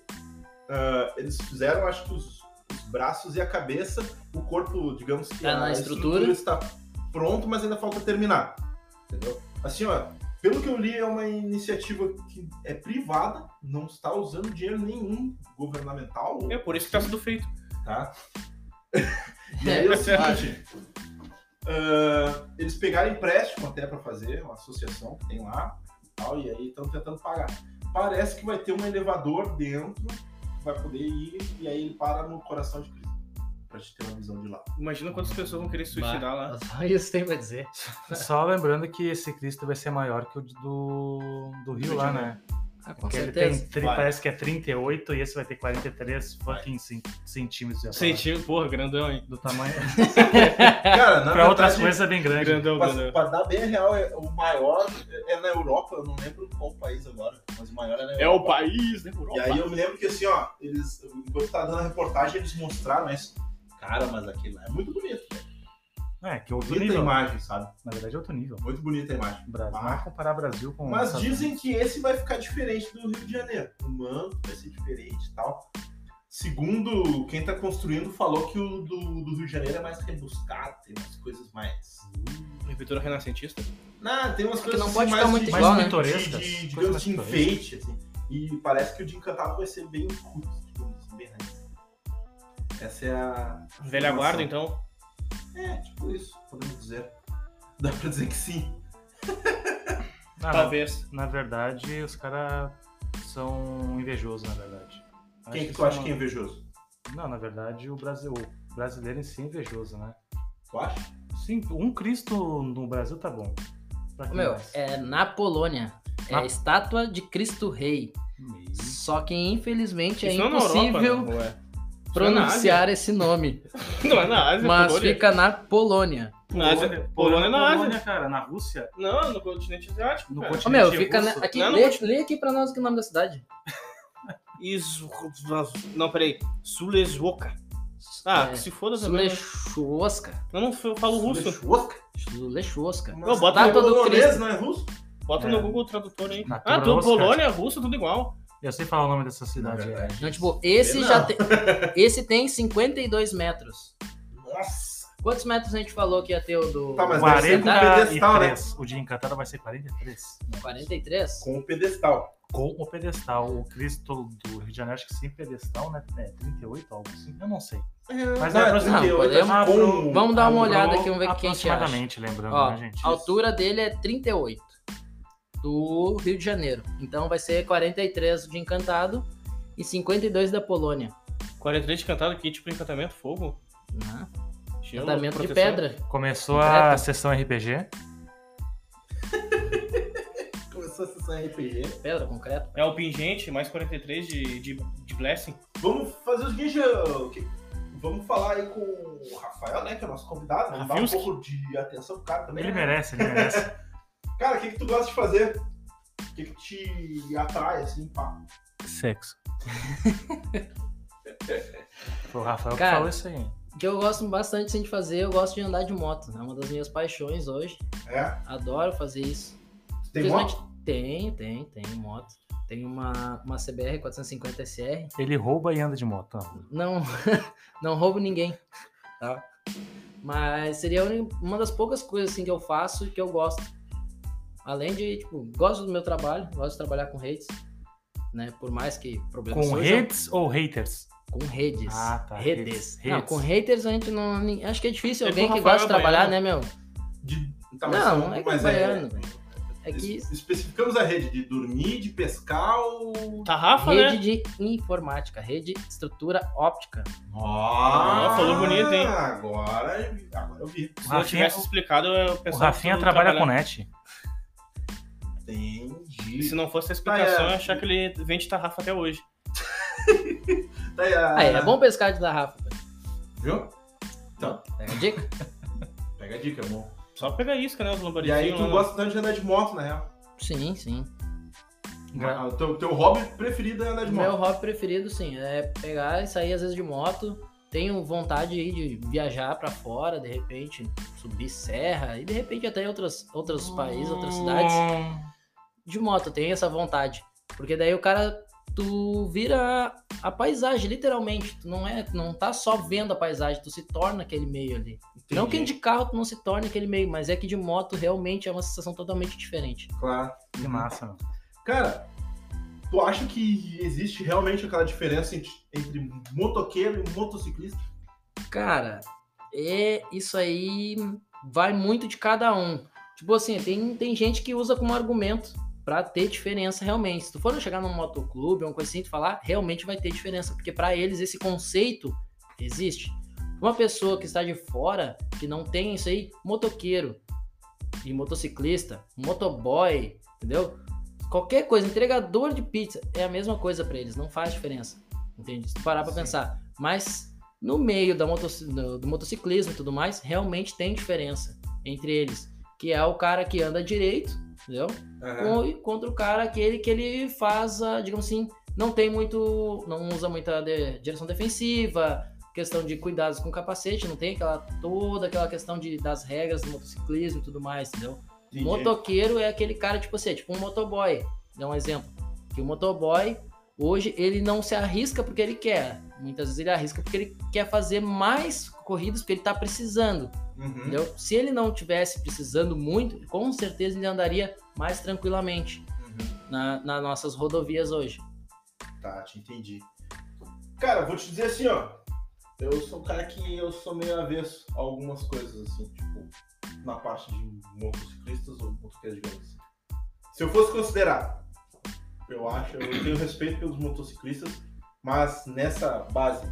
Speaker 1: Ah, eles fizeram, acho que os, os braços e a cabeça, o corpo, digamos que
Speaker 4: Tá na
Speaker 1: a
Speaker 4: estrutura.
Speaker 1: está pronto, mas ainda falta terminar. Entendeu? Assim, ó, pelo que eu li, é uma iniciativa que é privada, não está usando dinheiro nenhum governamental,
Speaker 3: É por isso que tá sendo feito.
Speaker 1: tá? E aí é o seguinte, ah, eles pegaram empréstimo até para fazer, uma associação que tem lá, e tal, e aí estão tentando pagar. Parece que vai ter um elevador dentro, que vai poder ir, e aí ele para no coração de Cristo, pra gente ter uma visão de lá.
Speaker 3: Imagina quantas pessoas vão querer se suicidar lá.
Speaker 4: Só isso tem pra dizer.
Speaker 2: Só lembrando que esse Cristo vai ser maior que o de- do, do Rio lá, né?
Speaker 4: Ah, com
Speaker 2: Porque ele
Speaker 4: certeza.
Speaker 2: tem, tri-
Speaker 1: Vai.
Speaker 2: parece que é 38 e esse vai ter 43 fucking cen- centímetros. eu ia falar.
Speaker 3: Sentiu, porra, grandão, hein?
Speaker 2: Do tamanho.
Speaker 1: Cara, na
Speaker 2: pra outras
Speaker 1: verdade,
Speaker 2: coisas é bem grande.
Speaker 3: Grandão,
Speaker 1: Pra,
Speaker 3: grandão.
Speaker 1: pra dar bem real, é- o maior é na Europa, eu não lembro qual país agora, mas o maior é na Europa.
Speaker 3: É o país, né?
Speaker 1: E aí eu me lembro que assim, ó, eles, enquanto tava dando a reportagem, eles mostraram isso. Cara, mas aquele lá é muito bonito, velho.
Speaker 2: É, que é outro
Speaker 1: Bonita a
Speaker 2: nível.
Speaker 1: imagem, sabe?
Speaker 2: Na verdade é outro nível.
Speaker 1: Muito bonita a imagem.
Speaker 2: Brasil,
Speaker 1: Ah.
Speaker 2: não é comparar Brasil com...
Speaker 1: Mas
Speaker 2: Estados
Speaker 1: dizem
Speaker 2: Unidos.
Speaker 1: que esse vai ficar diferente do Rio de Janeiro. O manto vai ser diferente e tal. Segundo quem tá construindo, falou que o do, do Rio de Janeiro é mais rebuscado, tem umas coisas mais.
Speaker 3: Prefeitura é renascentista?
Speaker 1: Não, tem umas
Speaker 4: É que
Speaker 1: coisas
Speaker 4: não
Speaker 1: assim,
Speaker 4: pode
Speaker 1: mais
Speaker 4: ficar muito
Speaker 1: de-
Speaker 2: mais
Speaker 4: igual, né?
Speaker 2: pitorescas.
Speaker 1: de, de,
Speaker 2: coisas
Speaker 1: digamos,
Speaker 2: mais
Speaker 1: de
Speaker 2: pitorescas.
Speaker 1: enfeite, assim. E parece que o de encantado vai ser bem curto, digamos assim, bem raiz. Essa é a.
Speaker 3: Velha
Speaker 1: informação.
Speaker 3: guarda, então?
Speaker 1: É, tipo isso, podemos dizer. Dá pra dizer que sim.
Speaker 2: Ah,
Speaker 1: tá
Speaker 2: na-
Speaker 3: Talvez.
Speaker 2: Na verdade, os caras são invejosos, na verdade. Acho
Speaker 1: Quem que tu acha
Speaker 2: são-
Speaker 1: que é invejoso?
Speaker 2: Não, na verdade, o, Brasil, o brasileiro em si é invejoso, né?
Speaker 1: Tu acha?
Speaker 2: Sim, um Cristo no Brasil tá bom. Pra que
Speaker 4: Meu,
Speaker 2: mais?
Speaker 4: é na Polônia. É
Speaker 2: Na-
Speaker 4: a estátua de Cristo Rei.
Speaker 2: Meio.
Speaker 4: Só que infelizmente é
Speaker 3: Isso não na Europa,
Speaker 1: né?
Speaker 4: impossível
Speaker 3: não, ué.
Speaker 1: é
Speaker 4: pronunciar esse nome.
Speaker 3: Não é na Ásia,
Speaker 4: Mas
Speaker 3: Polônia.
Speaker 4: fica na Polônia.
Speaker 3: Na Ásia. Polônia é na
Speaker 2: Polônia,
Speaker 3: Ásia.
Speaker 2: cara. Na Rússia,
Speaker 3: Não, no continente asiático.
Speaker 2: no
Speaker 1: É.
Speaker 3: cara.
Speaker 2: continente
Speaker 4: Ô, meu, fica na-
Speaker 2: russo.
Speaker 4: aqui,
Speaker 3: Não, não
Speaker 4: lê,
Speaker 3: vou
Speaker 4: lê aqui pra nós que é o nome da cidade.
Speaker 3: Isso. Não, peraí. Sulesvoka. Ah,
Speaker 4: É.
Speaker 3: que se foda também. né?
Speaker 4: Zuleshwoska.
Speaker 3: Eu não f- falo russo.
Speaker 1: Lechosca?
Speaker 4: Zuleshwoska.
Speaker 1: Mas
Speaker 3: bota
Speaker 1: tá
Speaker 4: a todo
Speaker 1: polonês,
Speaker 4: Cristo.
Speaker 1: não é russo?
Speaker 3: Bota
Speaker 2: É.
Speaker 3: no Google Tradutor aí.
Speaker 2: Na
Speaker 3: Ah, tudo
Speaker 2: Tubrowska.
Speaker 3: Polônia, russo, tudo igual.
Speaker 2: Eu sei falar o nome dessa
Speaker 1: Na
Speaker 2: cidade. é
Speaker 1: verdade.
Speaker 4: Então, tipo, esse
Speaker 1: Não.
Speaker 4: já tem. Esse tem 52 metros.
Speaker 1: Nossa!
Speaker 4: Quantos metros a gente falou que ia ter o do.
Speaker 1: Tá, mas deve ser
Speaker 4: um
Speaker 1: com pedestal, né?
Speaker 2: 43. O dia encantado vai ser 43.
Speaker 4: 43?
Speaker 1: Com o pedestal.
Speaker 2: Com o pedestal. O Cristo do Rio de Janeiro, acho que sem pedestal, né? É 38, algo assim. Eu não sei. Mas
Speaker 1: Não,
Speaker 2: é
Speaker 1: é
Speaker 2: aproxima-
Speaker 1: 38, é
Speaker 2: Ah,
Speaker 1: com-
Speaker 2: pro-
Speaker 4: Vamos dar uma
Speaker 2: pro-
Speaker 4: olhada aqui, vamos ver o que a gente acha.
Speaker 2: Aproximadamente, lembrando,
Speaker 4: Ó,
Speaker 2: né, gente?
Speaker 4: a altura dele é 38 do Rio de Janeiro. Então vai ser 43 de Encantado e 52 da Polônia.
Speaker 3: 43 de cantado aqui, tipo encantamento, fogo.
Speaker 4: né?
Speaker 3: gelo,
Speaker 4: Tratamento de
Speaker 3: proteção.
Speaker 4: pedra.
Speaker 2: Começou a
Speaker 4: Concreto.
Speaker 2: sessão RPG.
Speaker 1: Começou a sessão RPG.
Speaker 4: Pedra, concreto.
Speaker 3: É o pingente, mais 43 de, de, de blessing.
Speaker 1: Vamos fazer o seguinte, ô, que- vamos falar aí com o Rafael, né? Que é o nosso convidado. Vamos dar um
Speaker 3: Rafiuski.
Speaker 1: pouco de atenção pro cara
Speaker 3: É.
Speaker 1: também.
Speaker 2: Ele
Speaker 1: né?
Speaker 2: merece, ele merece.
Speaker 1: Cara, o que, que tu gosta de fazer? O que, que te atrai, assim, pá?
Speaker 2: Sexo. Foi o Rafael
Speaker 4: Cara,
Speaker 2: que falou isso aí.
Speaker 4: O que eu gosto bastante assim, de fazer, eu gosto de andar de moto. É uma das minhas paixões hoje.
Speaker 1: É?
Speaker 4: Adoro fazer isso.
Speaker 1: Tu tem moto?
Speaker 4: Tem, tem, tem moto. Tem uma, uma CBR 450SR.
Speaker 2: Ele rouba e anda de moto. Não.
Speaker 4: Não, não roubo ninguém. Tá? Mas seria a uni- uma das poucas coisas assim, que eu faço e que eu gosto. Além de, tipo, gosto do meu trabalho, gosto de trabalhar com redes. Né? Por mais que problemas
Speaker 2: Com
Speaker 4: surjam.
Speaker 2: hits ou haters?
Speaker 4: Com redes.
Speaker 2: Ah, tá.
Speaker 4: Redes.
Speaker 2: Redes.
Speaker 4: Não, com haters a gente não. nem- Acho que é difícil
Speaker 3: É
Speaker 4: alguém
Speaker 3: com
Speaker 4: que
Speaker 3: Rafael
Speaker 4: gosta de trabalhar,
Speaker 3: Baiano.
Speaker 4: né, meu?
Speaker 1: De...
Speaker 3: Então,
Speaker 1: Tá,
Speaker 4: Não,
Speaker 3: assim,
Speaker 4: não é que
Speaker 1: mas
Speaker 4: é baiano, velho. É que
Speaker 1: es- Especificamos a rede de dormir, de pescar ou...
Speaker 3: Tarrafa, né?
Speaker 4: rede de informática, rede de estrutura óptica.
Speaker 1: Ah,
Speaker 3: falou bonito, hein?
Speaker 1: Agora, agora eu vi.
Speaker 3: Se eu
Speaker 2: Rafinha-
Speaker 3: tivesse explicado, eu
Speaker 2: O
Speaker 3: pensava.
Speaker 2: Rafinha trabalha com net.
Speaker 1: Entendi.
Speaker 3: Se não fosse a explicação,
Speaker 1: Ah, é.
Speaker 3: eu ia achar que ele vende tarrafa até hoje.
Speaker 1: Tá aí, a-
Speaker 4: Ah,
Speaker 2: né?
Speaker 4: é bom pescar de garrafa. velho.
Speaker 1: Viu? Então,
Speaker 4: Pega a dica?
Speaker 1: pega a dica, é bom.
Speaker 3: Só pegar isca, né? Os
Speaker 1: E aí
Speaker 3: lombardizinhos.
Speaker 1: tu
Speaker 3: lá,
Speaker 1: gosta tanto de andar de moto, na real.
Speaker 4: Sim, sim.
Speaker 2: Gra-
Speaker 1: Ah, o teu, teu hobby preferido é andar de moto.
Speaker 4: Meu hobby preferido, sim, é pegar e sair às vezes de moto. Tenho vontade aí de viajar pra fora, de repente subir serra e de repente até em outras, outros países, outras cidades.
Speaker 2: Hum,
Speaker 4: De moto, tenho essa vontade. Porque daí o cara tu vira a paisagem, literalmente. Tu não é, tu não tá só vendo a paisagem, tu se torna aquele meio ali. Não que de carro tu não se torne aquele meio, mas é que de moto realmente é uma sensação totalmente diferente.
Speaker 1: Claro.
Speaker 2: Que massa, mano.
Speaker 1: Cara, tu acha que existe realmente aquela diferença ent- entre motoqueiro e motociclista?
Speaker 4: Cara, é isso aí vai muito de cada um. Tipo assim, tem, tem gente que usa como argumento pra ter diferença realmente. Se tu for chegar num motoclube ou uma coisa assim, tu falar, realmente vai ter diferença, porque pra eles esse conceito existe. Uma pessoa que está de fora, que não tem isso aí, motoqueiro e motociclista, motoboy, entendeu? Qualquer coisa, entregador de pizza, é a mesma coisa pra eles, não faz diferença. Entende? Se tu parar pra
Speaker 3: Sim.
Speaker 4: pensar. Mas no meio da motoci- do, do motociclismo e tudo mais, realmente tem diferença entre eles. Que é o cara que anda direito, entendeu?
Speaker 1: É.
Speaker 4: Ou- e contra o cara aquele que ele faz, a, digamos assim, não tem muito. não usa muita de- direção defensiva, questão de cuidados com capacete, não tem aquela toda aquela questão de, das regras do motociclismo e tudo mais, entendeu?
Speaker 1: Entendi.
Speaker 4: Motoqueiro é aquele cara, tipo assim, é tipo um motoboy. Dá um exemplo. Que o motoboy, hoje, ele não se arrisca porque ele quer. Muitas vezes ele arrisca porque ele quer fazer mais corridas porque ele tá precisando.
Speaker 1: Uhum.
Speaker 4: Entendeu? Se ele não tivesse precisando muito, com certeza ele andaria mais tranquilamente
Speaker 1: Uhum.
Speaker 4: na, nas nossas rodovias hoje.
Speaker 1: Tá, te entendi. Cara, vou te dizer assim, ó. Eu sou um cara que eu sou meio avesso a algumas coisas, assim, tipo, na parte de motociclistas ou motoqueiros, digamos assim. Se eu fosse considerar, eu acho, eu tenho respeito pelos motociclistas, mas nessa base,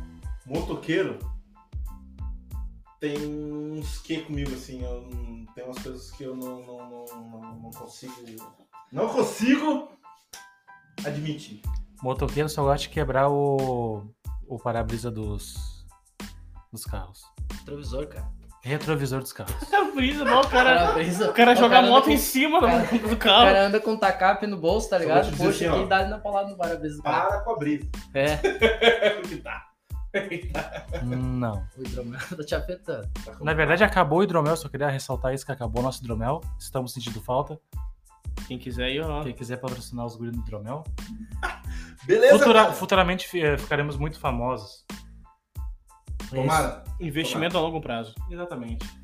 Speaker 1: motoqueiro tem uns que comigo, assim, eu, não- tem umas coisas que eu não, não, não, não, não consigo. Não consigo admitir.
Speaker 2: Motoqueiro só gosta de quebrar o, o para-brisa dos, dos carros.
Speaker 4: Retrovisor, cara.
Speaker 2: Retrovisor dos carros.
Speaker 3: É brisa, não, o cara.
Speaker 4: Parabéns,
Speaker 3: O cara
Speaker 4: ó,
Speaker 3: joga a
Speaker 4: anda
Speaker 3: moto
Speaker 4: com-
Speaker 3: em cima do,
Speaker 4: cara-
Speaker 3: do
Speaker 4: O
Speaker 3: carro.
Speaker 4: cara anda com um tacape no bolso, tá
Speaker 1: Só vou
Speaker 4: ligado?
Speaker 1: te dizer
Speaker 4: Poxa,
Speaker 1: assim, ó. Ah.
Speaker 4: que dá na paulada no parabéns do cara.
Speaker 1: Para com a brisa.
Speaker 4: É,
Speaker 1: É o que tá.
Speaker 2: Não.
Speaker 4: o hidromel tá te afetando.
Speaker 2: Na verdade, acabou o hidromel, só queria ressaltar isso que acabou o nosso hidromel. Estamos sentindo falta.
Speaker 3: Quem quiser aí, ó.
Speaker 2: Quem quiser patrocinar os guris no hidromel.
Speaker 1: Beleza?
Speaker 2: Futura-
Speaker 1: cara?
Speaker 2: futuramente fi- eh, ficaremos muito famosos.
Speaker 1: Tomara.
Speaker 3: Investimento a longo prazo.
Speaker 2: Esse- Exatamente.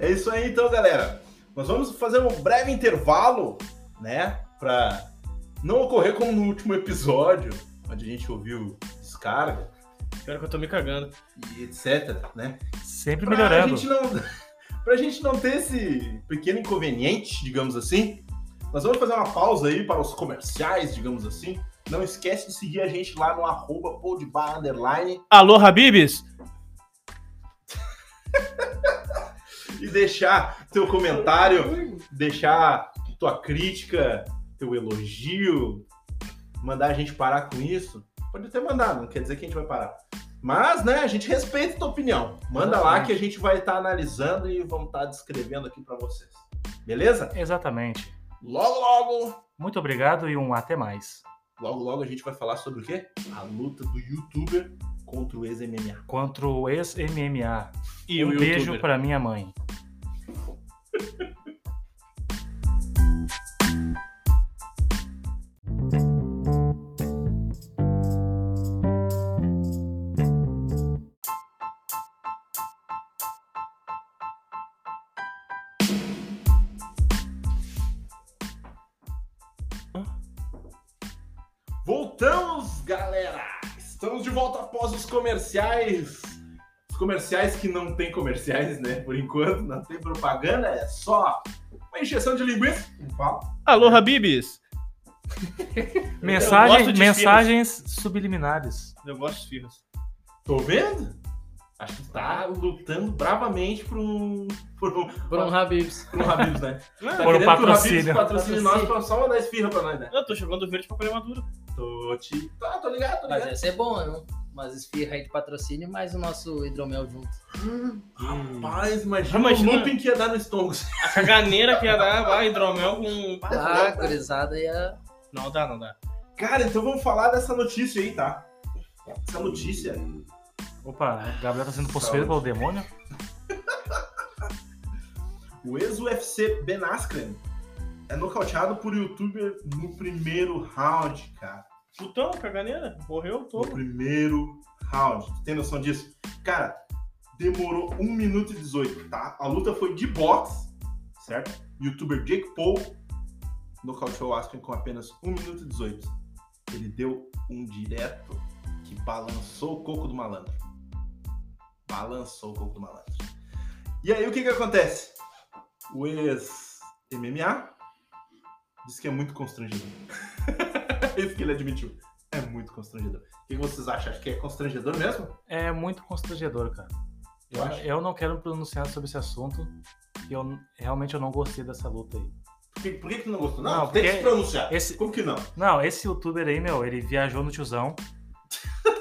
Speaker 1: É isso aí então, galera. Nós vamos fazer um breve intervalo, né? Pra não ocorrer como no último episódio, onde a gente ouviu descarga
Speaker 3: Pior que eu tô me cagando.
Speaker 1: e etc, né?
Speaker 2: Sempre
Speaker 1: Pra
Speaker 2: melhorando.
Speaker 1: gente não, pra gente não ter esse pequeno inconveniente, digamos assim, nós vamos fazer uma pausa aí para os comerciais, digamos assim. Não esquece de seguir a gente lá no arroba podbar, underline,
Speaker 3: Alô, Habibs?
Speaker 1: e deixar teu comentário, deixar tua crítica, teu elogio, mandar a gente parar com isso. Pode até mandar, não quer dizer que a gente vai parar. Mas, né, a gente respeita a tua opinião. Manda lá que a gente vai estar analisando e vamos estar descrevendo aqui pra vocês. Beleza?
Speaker 2: Exatamente.
Speaker 1: Logo, logo,
Speaker 2: Muito obrigado e um até mais.
Speaker 1: logo, logo a gente vai falar sobre o quê? A luta do youtuber contra o ex-MMA.
Speaker 2: Contra o ex-MMA.
Speaker 3: E
Speaker 2: um
Speaker 3: o
Speaker 2: beijo
Speaker 3: beijo
Speaker 2: pra minha mãe.
Speaker 1: Voltamos, galera! Estamos de volta após os comerciais. Os comerciais que não tem comerciais, né? Por enquanto, não tem propaganda, é só uma injeção de linguiça. Não fala.
Speaker 3: Alô, Habibs? Eu gosto
Speaker 2: Mensagem,
Speaker 3: de
Speaker 2: mensagens subliminares.
Speaker 3: Eu gosto de firras.
Speaker 1: Tô vendo? Acho que tá lutando bravamente por um. por um.
Speaker 4: Por um Habibs.
Speaker 1: por um Habibs, né? Tá
Speaker 2: Por um
Speaker 1: querendo que o Habibs
Speaker 2: patrocínio.
Speaker 1: patrocine nós pra só mandar esfirra pra nós, né?
Speaker 3: Eu tô jogando verde pra colher madura.
Speaker 1: Tô te. Tá, tô ligado, tô
Speaker 4: Mas
Speaker 1: ligado.
Speaker 4: ia ser bom, né? Umas esfirra aí de patrocínio, mais o nosso hidromel junto.
Speaker 1: Rapaz, imagina,
Speaker 3: Imagina.
Speaker 1: o looping que ia dar no estômago.
Speaker 3: A caganeira que ia dar, vai, hidromel com.
Speaker 4: Ah, gurizada ia.
Speaker 3: Não dá, não dá.
Speaker 1: Cara, então vamos falar dessa notícia aí, tá? Essa notícia.
Speaker 2: Opa, o Gabriel tá sendo possuído pelo demônio?
Speaker 1: O ex-UFC Ben Askren é nocauteado por youtuber no primeiro round, cara.
Speaker 3: Putão, caganeira. Morreu
Speaker 1: No
Speaker 3: todo.
Speaker 1: primeiro round. Tu tem noção disso? Cara, demorou 1 minuto e 18, tá? A luta foi de boxe, certo? Youtuber Jake Paul nocauteou o Aspen com apenas 1 minuto e 18. Ele deu um direto que balançou o coco do malandro. Balançou o coco do malandro. E aí, o que que acontece? O ex-MMA disse que é muito constrangedor. Isso que ele admitiu. É muito constrangedor. O que que vocês acham? Acho que é constrangedor mesmo?
Speaker 2: É muito constrangedor, cara.
Speaker 1: Eu acho.
Speaker 2: Eu não quero me pronunciar sobre esse assunto. E eu realmente eu não gostei dessa luta aí.
Speaker 1: Por que, por que que tu não gostou? Não,
Speaker 2: Não,
Speaker 1: tem que
Speaker 2: porque
Speaker 1: se pronunciar.
Speaker 2: Esse,
Speaker 1: Como que não?
Speaker 2: não, esse youtuber aí, meu, ele viajou no tiozão.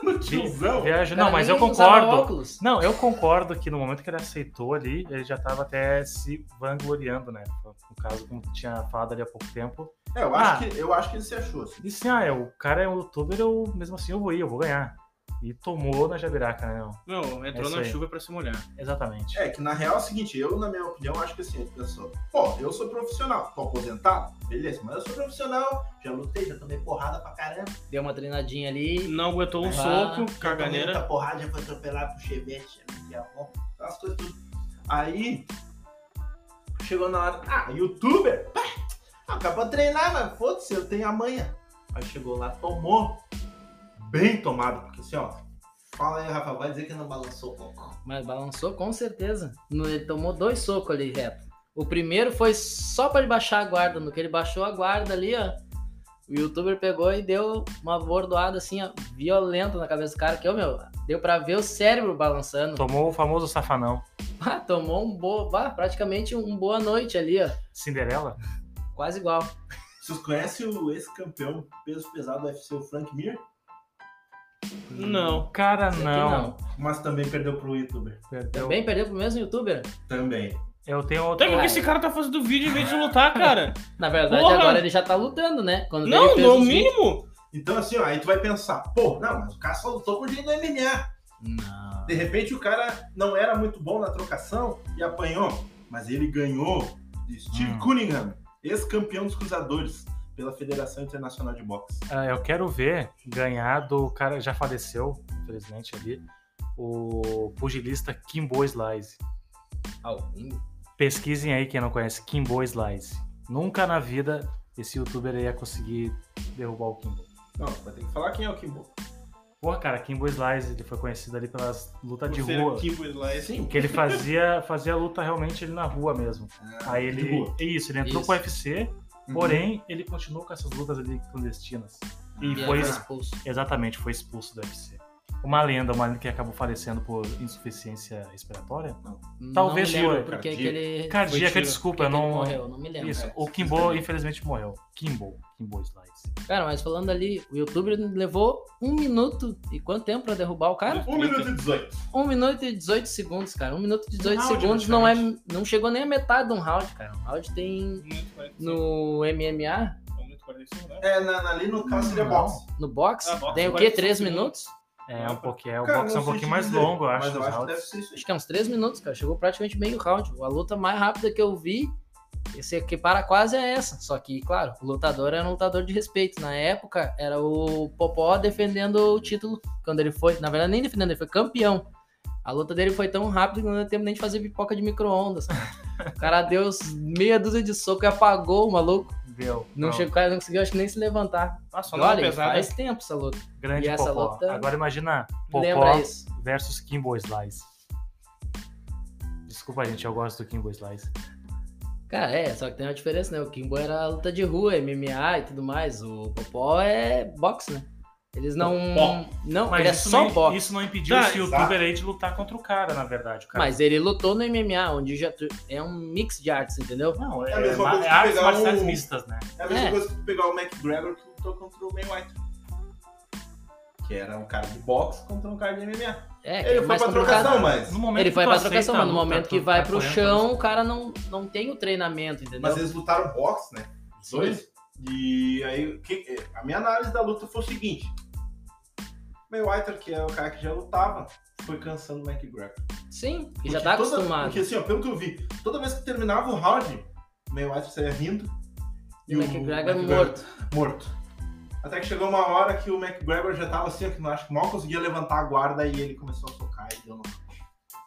Speaker 1: No
Speaker 2: Vi-
Speaker 1: tiozão?
Speaker 2: Viajou,
Speaker 4: O cara
Speaker 2: não, mas eu
Speaker 4: nem usava
Speaker 2: concordo.
Speaker 4: óculos.
Speaker 2: Não, eu concordo que no momento que ele aceitou ali, ele já tava até se vangloriando, né? No caso, como tu tinha falado ali há pouco tempo.
Speaker 1: É, eu acho, que, eu acho que ele se achou assim.
Speaker 2: E assim, ah, é, o cara é um youtuber, eu mesmo assim eu vou ir, eu vou ganhar. E tomou na jabiraca, né? meu?
Speaker 3: Meu, entrou
Speaker 2: isso
Speaker 3: na
Speaker 2: aí.
Speaker 3: chuva pra se molhar.
Speaker 2: Exatamente.
Speaker 1: É, que na real é o seguinte, eu, na minha opinião, acho que assim, ele pensou, pô, eu sou profissional, tô aposentado, beleza, mas eu sou profissional, já lutei, já tomei porrada pra caramba,
Speaker 4: Deu uma treinadinha ali.
Speaker 3: Não aguentou um
Speaker 4: Ah,
Speaker 3: soco,
Speaker 1: já tomei
Speaker 3: caganeira.
Speaker 1: muita porrada, já foi atropelado pro chevette, né, é já me deu a mão, as coisas Tá, tudo. Aí, chegou na hora, ah, youtuber, pá, Ah, acabou de treinar, mas foda-se, eu tenho a manha. Aí chegou lá, tomou, bem tomado, porque assim, ó, fala aí, Rafa, vai dizer que não balançou o coco.
Speaker 4: Mas balançou com certeza. No- Ele tomou dois socos ali reto. O primeiro foi só pra ele baixar a guarda. No que ele baixou a guarda ali, ó. O youtuber pegou e deu uma bordoada assim, ó, violenta na cabeça do cara, que, ô meu, deu pra ver o cérebro balançando.
Speaker 2: Tomou o famoso safanão.
Speaker 4: Ah, tomou um boa, bah, praticamente um boa noite ali, ó.
Speaker 2: Cinderela?
Speaker 4: Quase igual.
Speaker 1: Vocês conhecem o ex-campeão peso pesado do UFC, o Frank Mir?
Speaker 3: Não.
Speaker 2: Cara,
Speaker 4: Esse aqui
Speaker 2: não.
Speaker 1: Mas também perdeu pro youtuber.
Speaker 2: Perdeu.
Speaker 4: Também perdeu pro mesmo youtuber.
Speaker 1: Também.
Speaker 2: Eu tenho outro.
Speaker 3: Até que esse cara tá fazendo vídeo em vez de lutar, cara.
Speaker 4: Na verdade,
Speaker 3: Porra!
Speaker 4: agora ele já tá lutando, né? Quando ele
Speaker 3: Não,
Speaker 4: fez
Speaker 3: no
Speaker 4: os vídeos-
Speaker 3: mínimo.
Speaker 1: Então, assim, ó, aí tu vai pensar, pô, não, mas o cara só lutou por jeito do MMA.
Speaker 4: Não.
Speaker 1: De repente o cara não era muito bom na trocação e apanhou, mas ele ganhou de Steve
Speaker 2: Hum.
Speaker 1: Cunningham, ex-campeão dos cruzadores pela Federação Internacional de Boxe.
Speaker 2: Ah, eu quero ver ganhar do cara, já faleceu, infelizmente, ali, o pugilista Kimbo Slice.
Speaker 4: Alguém?
Speaker 2: Pesquisem aí quem não conhece Kimbo Slice. Nunca na vida esse youtuber ia conseguir derrubar o Kimbo.
Speaker 1: Não, vai ter que falar quem é o Kimbo.
Speaker 2: Porra, cara, Kimbo Slice, ele foi conhecido ali pelas lutas de
Speaker 3: Por ser
Speaker 2: rua.
Speaker 3: Kibo Slice.
Speaker 1: Sim,
Speaker 2: Que ele fazia, fazia luta realmente ele na rua mesmo. Aí ele.
Speaker 1: Ah,
Speaker 2: É
Speaker 1: de rua.
Speaker 2: Isso, ele entrou
Speaker 4: Isso. Uhum.
Speaker 2: pro UFC, porém, ele continuou com essas lutas ali clandestinas.
Speaker 1: Uhum.
Speaker 2: E
Speaker 4: E
Speaker 2: foi
Speaker 4: foi expulso.
Speaker 2: Exatamente, foi expulso do UFC. Uma lenda, uma lenda que acabou falecendo por insuficiência respiratória? Talvez
Speaker 4: não me lembro
Speaker 2: foi,
Speaker 4: porque que
Speaker 1: cardíaco.
Speaker 4: ele.
Speaker 2: Cardíaca,
Speaker 4: foi tiro,
Speaker 2: desculpa,
Speaker 4: porque
Speaker 2: eu
Speaker 4: que
Speaker 2: não-
Speaker 4: Ele morreu, não me lembro.
Speaker 2: Isso,
Speaker 1: é,
Speaker 2: o Kimbo
Speaker 1: justamente.
Speaker 2: infelizmente morreu. Kimbo, Kimbo Slides.
Speaker 4: Cara, mas falando ali, o youtuber levou um minuto e quanto tempo pra derrubar o cara?
Speaker 1: 1 minuto e 18.
Speaker 4: Um minuto e 18 segundos, cara. Um minuto e 18
Speaker 2: É. round,
Speaker 4: segundos não é, não chegou nem a metade de um round, cara. Um round tem
Speaker 3: Muito 45,
Speaker 4: né? no MMA,
Speaker 3: muito 45, né?
Speaker 1: É, na- na- ali no caso seria
Speaker 2: Não.
Speaker 1: boxe.
Speaker 4: no boxe,
Speaker 3: Ah, boxe,
Speaker 4: tem o quê?
Speaker 3: 45
Speaker 4: 3
Speaker 3: segundos.
Speaker 4: minutos?
Speaker 2: É, um pouquinho, é, o
Speaker 1: Cara,
Speaker 2: boxe é
Speaker 1: não sei
Speaker 2: um pouquinho
Speaker 1: te
Speaker 2: mais
Speaker 1: dizer,
Speaker 2: longo, eu acho.
Speaker 1: Mas eu acho
Speaker 2: os
Speaker 1: que
Speaker 2: rounds.
Speaker 1: deve ser isso aí.
Speaker 4: Acho que é uns 3 minutos, cara. Chegou praticamente meio round. A luta mais rápida que eu vi, esse aqui para quase é essa. Só que, claro, o lutador era um lutador de respeito. Na época, era o Popó defendendo o título. Quando ele foi, na verdade, nem defendendo, ele foi campeão. A luta dele foi tão rápida que não deu tempo nem de fazer pipoca de micro-ondas. cara. O cara deu uns meia dúzia de soco e apagou o maluco.
Speaker 2: Deu.
Speaker 4: Não
Speaker 2: Não.
Speaker 4: chegou, o cara não conseguiu, acho que nem se levantar.
Speaker 3: Ah, só
Speaker 4: E
Speaker 3: não é
Speaker 4: olha,
Speaker 3: pesado.
Speaker 4: faz tempo essa luta.
Speaker 2: Grande
Speaker 4: E essa
Speaker 2: Popó.
Speaker 4: luta-
Speaker 2: Agora imagina
Speaker 4: Lembra
Speaker 2: Popó
Speaker 4: isso.
Speaker 2: versus Kimbo Slice. Desculpa, gente, eu gosto do Kimbo Slice.
Speaker 4: Cara, é, só que tem uma diferença, né? O Kimbo era luta de rua, MMA e tudo mais. O Popó é boxe, né? Eles não.
Speaker 1: Popó.
Speaker 4: Não,
Speaker 2: Mas
Speaker 4: ele é
Speaker 2: isso,
Speaker 4: só
Speaker 2: não,
Speaker 4: boxe.
Speaker 2: isso não impediu
Speaker 3: Tá,
Speaker 2: esse
Speaker 1: exato.
Speaker 2: youtuber aí de lutar contra o cara, na verdade. O cara
Speaker 4: Mas ele lutou no MMA, onde já tu- é um mix de artes, entendeu?
Speaker 2: Não, é,
Speaker 1: É a mesma
Speaker 2: ma-
Speaker 1: coisa que
Speaker 2: é artes
Speaker 1: pegar
Speaker 2: marciais
Speaker 1: o-
Speaker 2: mistas, né?
Speaker 1: É a mesma
Speaker 4: É.
Speaker 1: coisa que tu pegar o McGregor que lutou contra o Mayweather. Que era um cara de boxe contra um cara de MMA.
Speaker 4: É, que
Speaker 1: ele
Speaker 4: é
Speaker 1: foi
Speaker 4: mais
Speaker 1: pra
Speaker 4: complicado.
Speaker 1: trocação, né? mas.
Speaker 2: No momento
Speaker 4: Ele
Speaker 2: que
Speaker 4: foi
Speaker 2: tu
Speaker 4: pra
Speaker 2: Então, aceita
Speaker 4: trocação,
Speaker 2: a
Speaker 4: mas no
Speaker 2: luta,
Speaker 4: momento
Speaker 2: tu
Speaker 4: que vai
Speaker 2: tá
Speaker 4: pro
Speaker 2: correndo,
Speaker 4: chão, o cara não, não tem o treinamento, entendeu?
Speaker 1: Mas é eles lutaram boxe, né? Os dois. E aí, o que- é, a minha análise da luta foi o seguinte: Mayweather, que é o cara que já lutava, foi cansando o McGregor.
Speaker 4: Sim, que
Speaker 1: Porque
Speaker 4: já tá
Speaker 1: toda-
Speaker 4: acostumado.
Speaker 1: Porque assim, ó, pelo que eu vi, toda vez que terminava o round, o Mayweather saía rindo,
Speaker 4: E
Speaker 1: o
Speaker 4: o McGregor
Speaker 1: McGregor.
Speaker 4: morto.
Speaker 1: morto. Até que chegou uma hora que o McGregor já tava assim, que não acho que mal conseguia levantar a guarda e ele começou a socar e deu no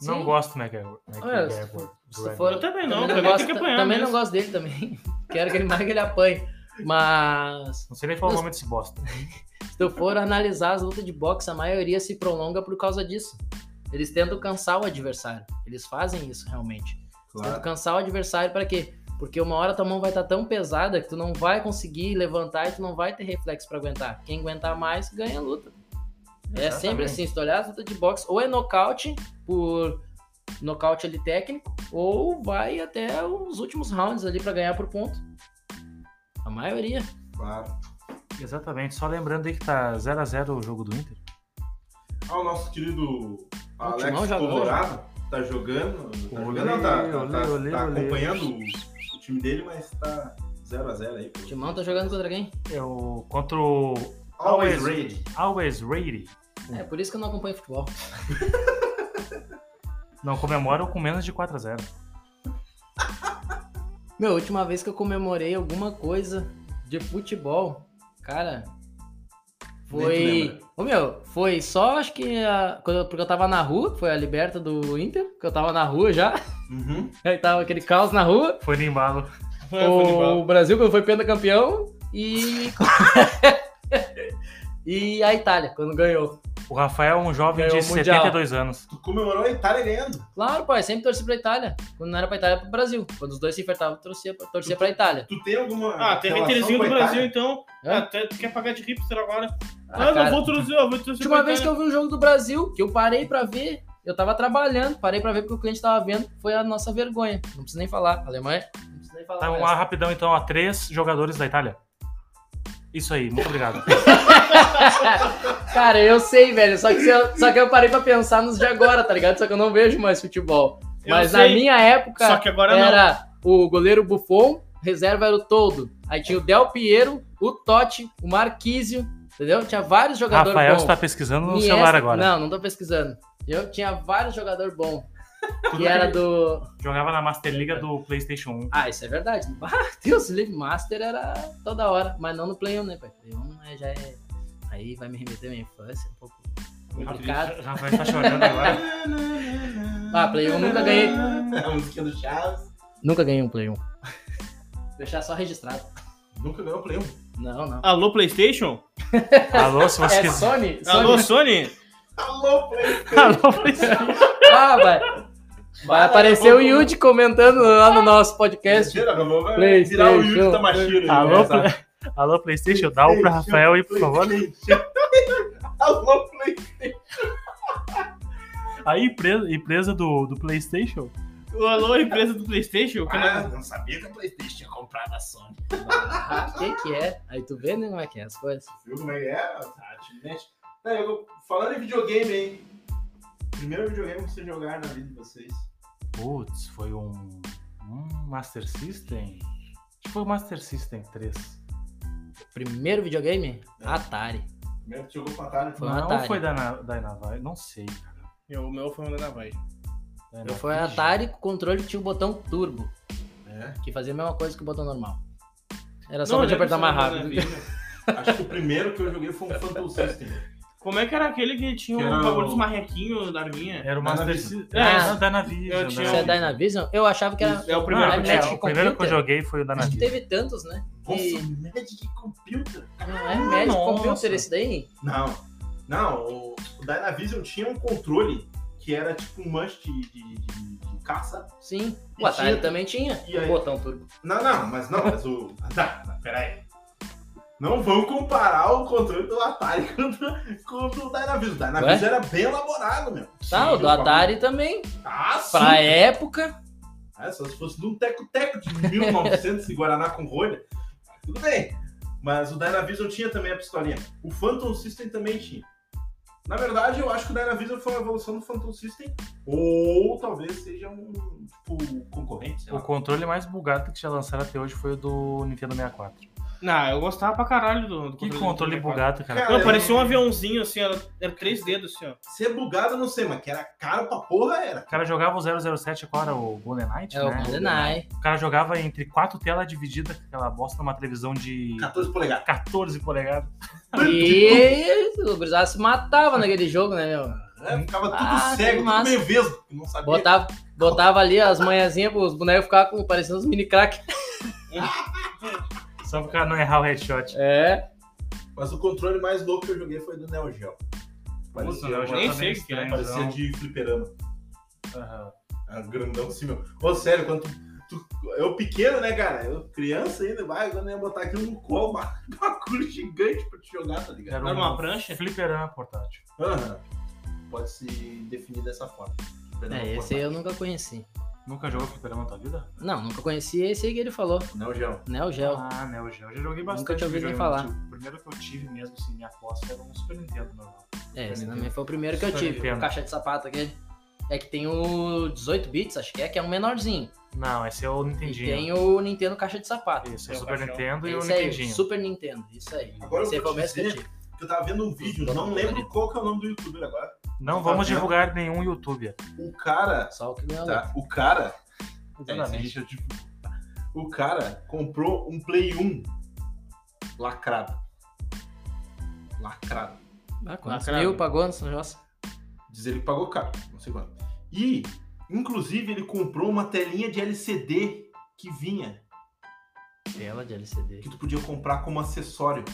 Speaker 2: Não
Speaker 4: Sim. É,
Speaker 2: gosto né, é, do McGregor. McGregor,
Speaker 4: se for- se
Speaker 2: Gregor.
Speaker 4: for-
Speaker 3: Eu também não,
Speaker 4: Também,
Speaker 3: pra
Speaker 4: não
Speaker 3: mim
Speaker 4: gosto,
Speaker 3: tem que apanhar
Speaker 4: também não
Speaker 3: mesmo.
Speaker 4: gosto dele também. Quero que ele marque, ele apanhe. Mas
Speaker 2: Não sei nem falar o nome desse bosta.
Speaker 4: se tu for analisar as lutas de boxe, a maioria se prolonga por causa disso. Eles tentam cansar o adversário. Eles fazem isso realmente. Eles tentam cansar o adversário para quê? Porque uma hora tua mão vai estar tão pesada que tu não vai conseguir levantar e tu não vai ter reflexo para aguentar. Quem aguentar mais ganha a luta. É sempre assim, se tu olhar as lutas de boxe, ou é nocaute por nocaute ali técnico, ou vai até os últimos rounds ali pra ganhar por ponto. A maioria.
Speaker 1: Claro.
Speaker 2: Exatamente. Só lembrando aí que tá 0x0 o jogo do Inter.
Speaker 1: Ah, o nosso querido Alex
Speaker 4: Timão jogou,
Speaker 1: Colorado tá jogando. Tá
Speaker 2: Olê,
Speaker 1: jogando, não, tá, tá-
Speaker 2: olê,
Speaker 1: tá-
Speaker 2: olê,
Speaker 1: tá
Speaker 2: olê.
Speaker 1: acompanhando o, o time dele, mas tá 0x0 aí.
Speaker 4: O
Speaker 1: Pô.
Speaker 4: Timão tá jogando contra quem?
Speaker 2: Eu, contra É o
Speaker 1: Always
Speaker 2: Always
Speaker 1: ready.
Speaker 2: Always Ready.
Speaker 4: É, por isso que eu não acompanho futebol.
Speaker 2: Não comemoram com menos de 4x0.
Speaker 4: Meu, a última vez que eu comemorei alguma coisa de futebol, cara,
Speaker 1: Nem tu
Speaker 4: foi. Ô meu, foi só acho que a- quando eu- porque eu tava na rua, foi a liberta do Inter, que eu tava na rua já,
Speaker 1: Uhum.
Speaker 4: aí tava aquele caos na rua.
Speaker 2: Foi no embalo.
Speaker 1: é
Speaker 3: Foi
Speaker 4: o
Speaker 3: futebol.
Speaker 4: Brasil quando foi pentacampeão e e a Itália quando ganhou.
Speaker 2: O Rafael é um jovem
Speaker 4: Ganhou
Speaker 2: de
Speaker 4: o Mundial.
Speaker 2: 72 anos.
Speaker 1: Tu comemorou a Itália ganhando.
Speaker 4: Claro, pai, sempre torci pra Itália. Quando não era pra Itália, era pro Brasil. Quando os dois se enfrentavam, torcia, pra- torcia pra Itália.
Speaker 1: Tu tem alguma.
Speaker 3: Ah, teve
Speaker 1: relação
Speaker 3: interzinho
Speaker 1: com
Speaker 3: do
Speaker 1: a
Speaker 3: Brasil,
Speaker 1: Itália?
Speaker 3: então.
Speaker 4: Hã?
Speaker 3: Ah, tu- tu quer pagar de hipster agora?
Speaker 4: Ah,
Speaker 3: Ah, não
Speaker 4: cara.
Speaker 3: vou trazer, eu vou
Speaker 4: A
Speaker 3: trazer.
Speaker 4: última vez que eu vi um jogo do Brasil, que eu parei pra ver, eu tava trabalhando, parei pra ver porque o cliente tava vendo, foi a nossa vergonha. Não preciso nem falar. Alemanha, não preciso nem falar.
Speaker 2: Tá, vamos
Speaker 4: mais.
Speaker 2: lá rapidão então, a três jogadores da Itália. Isso aí, muito obrigado.
Speaker 4: Cara, eu sei, velho. Só que, se eu, só que eu parei pra pensar nos de agora, tá ligado? Só que eu não vejo mais futebol.
Speaker 3: Eu
Speaker 4: Mas na
Speaker 3: sei,
Speaker 4: minha época.
Speaker 3: Só que agora não.
Speaker 4: era o goleiro Buffon, reserva era o Todo. Aí tinha o Del Piero, o Totti, o Marquísio, entendeu? Tinha vários jogadores
Speaker 2: Rafael
Speaker 4: bons.
Speaker 2: está pesquisando no
Speaker 4: Iniesta-
Speaker 2: celular agora.
Speaker 4: Não, não tô pesquisando. Eu tinha vários jogadores bons.
Speaker 2: Tudo
Speaker 4: Que era
Speaker 2: que
Speaker 4: do.
Speaker 2: Jogava na Master Liga do PlayStation 1.
Speaker 4: Ah, isso é verdade. Ah, Deus, o Live Master era toda hora. Mas não no Play 1, né, pai? Play 1 é- já é. Aí vai me remeter à minha infância, um pouco complicado.
Speaker 2: O Rafael está chorando agora.
Speaker 4: Ah, Play 1 nunca ganhei.
Speaker 1: É A musiquinha do Chaves.
Speaker 4: Nunca ganhei um Play 1. Deixar só registrado.
Speaker 1: Nunca ganhou o Play 1.
Speaker 4: Não, não.
Speaker 3: Alô, PlayStation?
Speaker 2: Alô, se você
Speaker 4: É
Speaker 2: quiser.
Speaker 4: Sony? Sony.
Speaker 3: Alô, Sony?
Speaker 1: Alô, Play
Speaker 2: Alô, PlayStation.
Speaker 4: Ah, vai. Vai aparecer o Yudi comentando lá no nosso podcast.
Speaker 1: Mentira, meu, vai
Speaker 4: Play
Speaker 1: virar o Yuji
Speaker 4: Station. Tá
Speaker 1: Tamashiro. né?
Speaker 2: Alô,
Speaker 1: Essa-
Speaker 2: Play- Alô, PlayStation. Dá um pra Rafael aí, por favor.
Speaker 1: Alô, Play
Speaker 2: A empresa, empresa do, do PlayStation.
Speaker 3: O Alô, empresa do PlayStation? que
Speaker 1: Ah,
Speaker 3: não-
Speaker 1: não sabia que a Playstation tinha comprado a Sony.
Speaker 4: Ah, O que que é? Aí tu vê, né, como é que é as coisas.
Speaker 1: Viu como é que é? Tá, te mexe. Não, eu vou- falando em videogame, hein? Primeiro videogame que vocês jogaram na vida de vocês.
Speaker 2: Putz, foi um, um Master System? Acho que foi o Master System 3.
Speaker 4: Primeiro videogame? Atari.
Speaker 1: Primeiro que jogou com Atari.
Speaker 4: Foi um
Speaker 2: não
Speaker 4: Atari.
Speaker 2: foi da, Na- da Inavai, não sei, cara.
Speaker 3: Meu- O meu foi o da Vai.
Speaker 2: Da
Speaker 4: Eu fui
Speaker 2: Inafige.
Speaker 4: Atari com controle que tinha o botão turbo,
Speaker 1: É.
Speaker 4: que fazia a mesma coisa que o botão normal. Era só pra te
Speaker 3: já né,
Speaker 4: apertar mais
Speaker 3: pensava na
Speaker 4: rápido.
Speaker 3: vida.
Speaker 1: Acho que o primeiro que eu joguei foi um Phantom System.
Speaker 3: Como é que era aquele que tinha
Speaker 1: Que
Speaker 3: o
Speaker 1: era
Speaker 3: bagulho
Speaker 1: o-
Speaker 3: dos marrequinhos da arminha?
Speaker 2: Era o Master
Speaker 1: Dynavision.
Speaker 2: System.
Speaker 3: É,
Speaker 2: É, da Navision.
Speaker 3: eu tinha
Speaker 4: Ah. Isso é Dynavision? Eu achava que era.
Speaker 3: É o primeiro
Speaker 4: Ah,
Speaker 3: que eu
Speaker 2: É,
Speaker 4: Magic
Speaker 2: o primeiro que eu
Speaker 4: Computer.
Speaker 2: joguei foi o da
Speaker 4: Acho que
Speaker 2: Navision.
Speaker 4: teve tantos, né?
Speaker 1: Nossa,
Speaker 4: E...
Speaker 1: Magic Computer.
Speaker 4: Não é Magic
Speaker 2: nossa.
Speaker 4: Computer esse daí?
Speaker 1: Não, não, o, o Dynavision tinha um controle que era tipo um manche de, de- de- de caça.
Speaker 4: Sim.
Speaker 1: E
Speaker 4: O Atari
Speaker 1: tinha-
Speaker 4: também tinha
Speaker 1: e aí?
Speaker 4: o botão turbo.
Speaker 1: Não, não, mas não, mas o. Tá, tá, peraí. Não vão comparar o controle do Atari com o do- com o do Dynavision. O Dynavision era bem elaborado, meu.
Speaker 4: Tá, o do Atari também.
Speaker 1: Ah, sim.
Speaker 4: Pra época.
Speaker 1: É, só se fosse de um teco-teco de 1900 e Guaraná com rolha, tudo bem. Mas o Dynavision tinha também a pistolinha. O Phantom System também tinha. Na verdade, eu acho que o Dynavision foi uma evolução do Phantom System, ou talvez seja um tipo, concorrente, sei
Speaker 2: O
Speaker 1: lá.
Speaker 4: Uhum.
Speaker 2: controle mais bugado que já lançaram até hoje foi o do Nintendo 64.
Speaker 3: Não, eu gostava pra caralho do, do
Speaker 2: Que
Speaker 3: do
Speaker 2: controle
Speaker 3: 64.
Speaker 2: bugado, cara.
Speaker 1: Cara,
Speaker 3: Não,
Speaker 1: eu
Speaker 3: parecia um aviãozinho assim, era, era três dedos assim, ó.
Speaker 1: Ser bugado, eu não sei, mas que era caro pra porra, era.
Speaker 2: O cara jogava o 007 agora, o Golden Knight,
Speaker 4: É o
Speaker 2: né?
Speaker 4: GoldenEye.
Speaker 2: O cara jogava entre quatro telas divididas, aquela bosta, numa televisão de
Speaker 1: 14 polegadas.
Speaker 2: 14 polegadas.
Speaker 4: E o Grisado se matava naquele jogo, né, meu?
Speaker 1: É, ficava tudo
Speaker 4: Ah, que
Speaker 1: cego, tudo
Speaker 4: massa.
Speaker 1: meio vesgo, porque não sabia.
Speaker 4: Botava, botava ali as manhãzinhas pros bonecos ficar com, parecendo uns mini crack.
Speaker 2: Só pro cara não errar o headshot.
Speaker 4: É.
Speaker 1: Mas o controle mais louco que eu joguei foi do Neo Geo. Parecia,
Speaker 2: Puta, eu já
Speaker 3: nem
Speaker 2: tava
Speaker 3: sei
Speaker 2: meio
Speaker 3: o que é,
Speaker 2: um estranho,
Speaker 1: parecia
Speaker 2: então.
Speaker 1: de fliperama.
Speaker 2: Aham.
Speaker 1: Ah, grandão assim, meu. Ô, sério, quando tu- tu- eu pequeno, né, cara? Eu criança ainda, vai, quando eu ia botar aquilo no colo, uma um bagulho gigante pra te jogar, tá ligado?
Speaker 2: Era
Speaker 3: Era uma
Speaker 2: um
Speaker 3: prancha?
Speaker 2: fliperama portátil.
Speaker 1: Aham. Pode se definir dessa forma.
Speaker 4: É, esse aí eu nunca conheci.
Speaker 2: Nunca jogou fliperama na tua vida?
Speaker 4: Não, nunca conheci esse aí que ele falou,
Speaker 1: Não, Gel.
Speaker 4: Neo Geo.
Speaker 2: Ah, né, eu já, eu já joguei
Speaker 4: Nunca
Speaker 2: bastante.
Speaker 4: tinha ouvido nem
Speaker 2: videogame. tipo,
Speaker 4: falar.
Speaker 2: O primeiro que eu tive mesmo, assim, minha aposta era um Super Nintendo normal.
Speaker 4: É, esse
Speaker 2: Super
Speaker 4: também foi o primeiro que eu
Speaker 2: Super
Speaker 4: tive, o
Speaker 2: Nintendo.
Speaker 4: caixa de sapato aquele. É que tem o 18 bits, acho que é, que é um menorzinho.
Speaker 2: Não, esse é o
Speaker 4: E
Speaker 2: Nintendinho.
Speaker 4: tem o Nintendo caixa de sapato.
Speaker 2: Isso,
Speaker 3: Tem um
Speaker 2: é
Speaker 3: o
Speaker 2: o Super
Speaker 3: caixão.
Speaker 2: Nintendo e o
Speaker 4: Esse aí,
Speaker 2: Nintendinho.
Speaker 4: Super Nintendo, isso aí.
Speaker 1: Agora eu
Speaker 4: esse aí
Speaker 1: vou
Speaker 4: foi o
Speaker 1: te
Speaker 4: mesmo que eu
Speaker 1: dizer-
Speaker 4: tive.
Speaker 1: Eu tava vendo um vídeo, não lembro qual que é o nome do youtuber agora.
Speaker 2: Não
Speaker 1: Tá
Speaker 2: vamos
Speaker 1: vendo?
Speaker 2: divulgar nenhum youtuber.
Speaker 1: O cara.
Speaker 4: Só o que ganhou.
Speaker 1: Tá, o cara. É, esse
Speaker 2: Exatamente.
Speaker 1: vídeo eu te- O cara comprou um Play 1 lacrado. Lacrado.
Speaker 4: Ah, quantos
Speaker 3: Lacrado.
Speaker 4: mil pagou no São José?
Speaker 1: Diz ele que pagou caro, não sei quanto. E, inclusive, ele comprou uma telinha de LCD que vinha,
Speaker 4: Tela de LCD.
Speaker 1: que tu podia comprar como acessório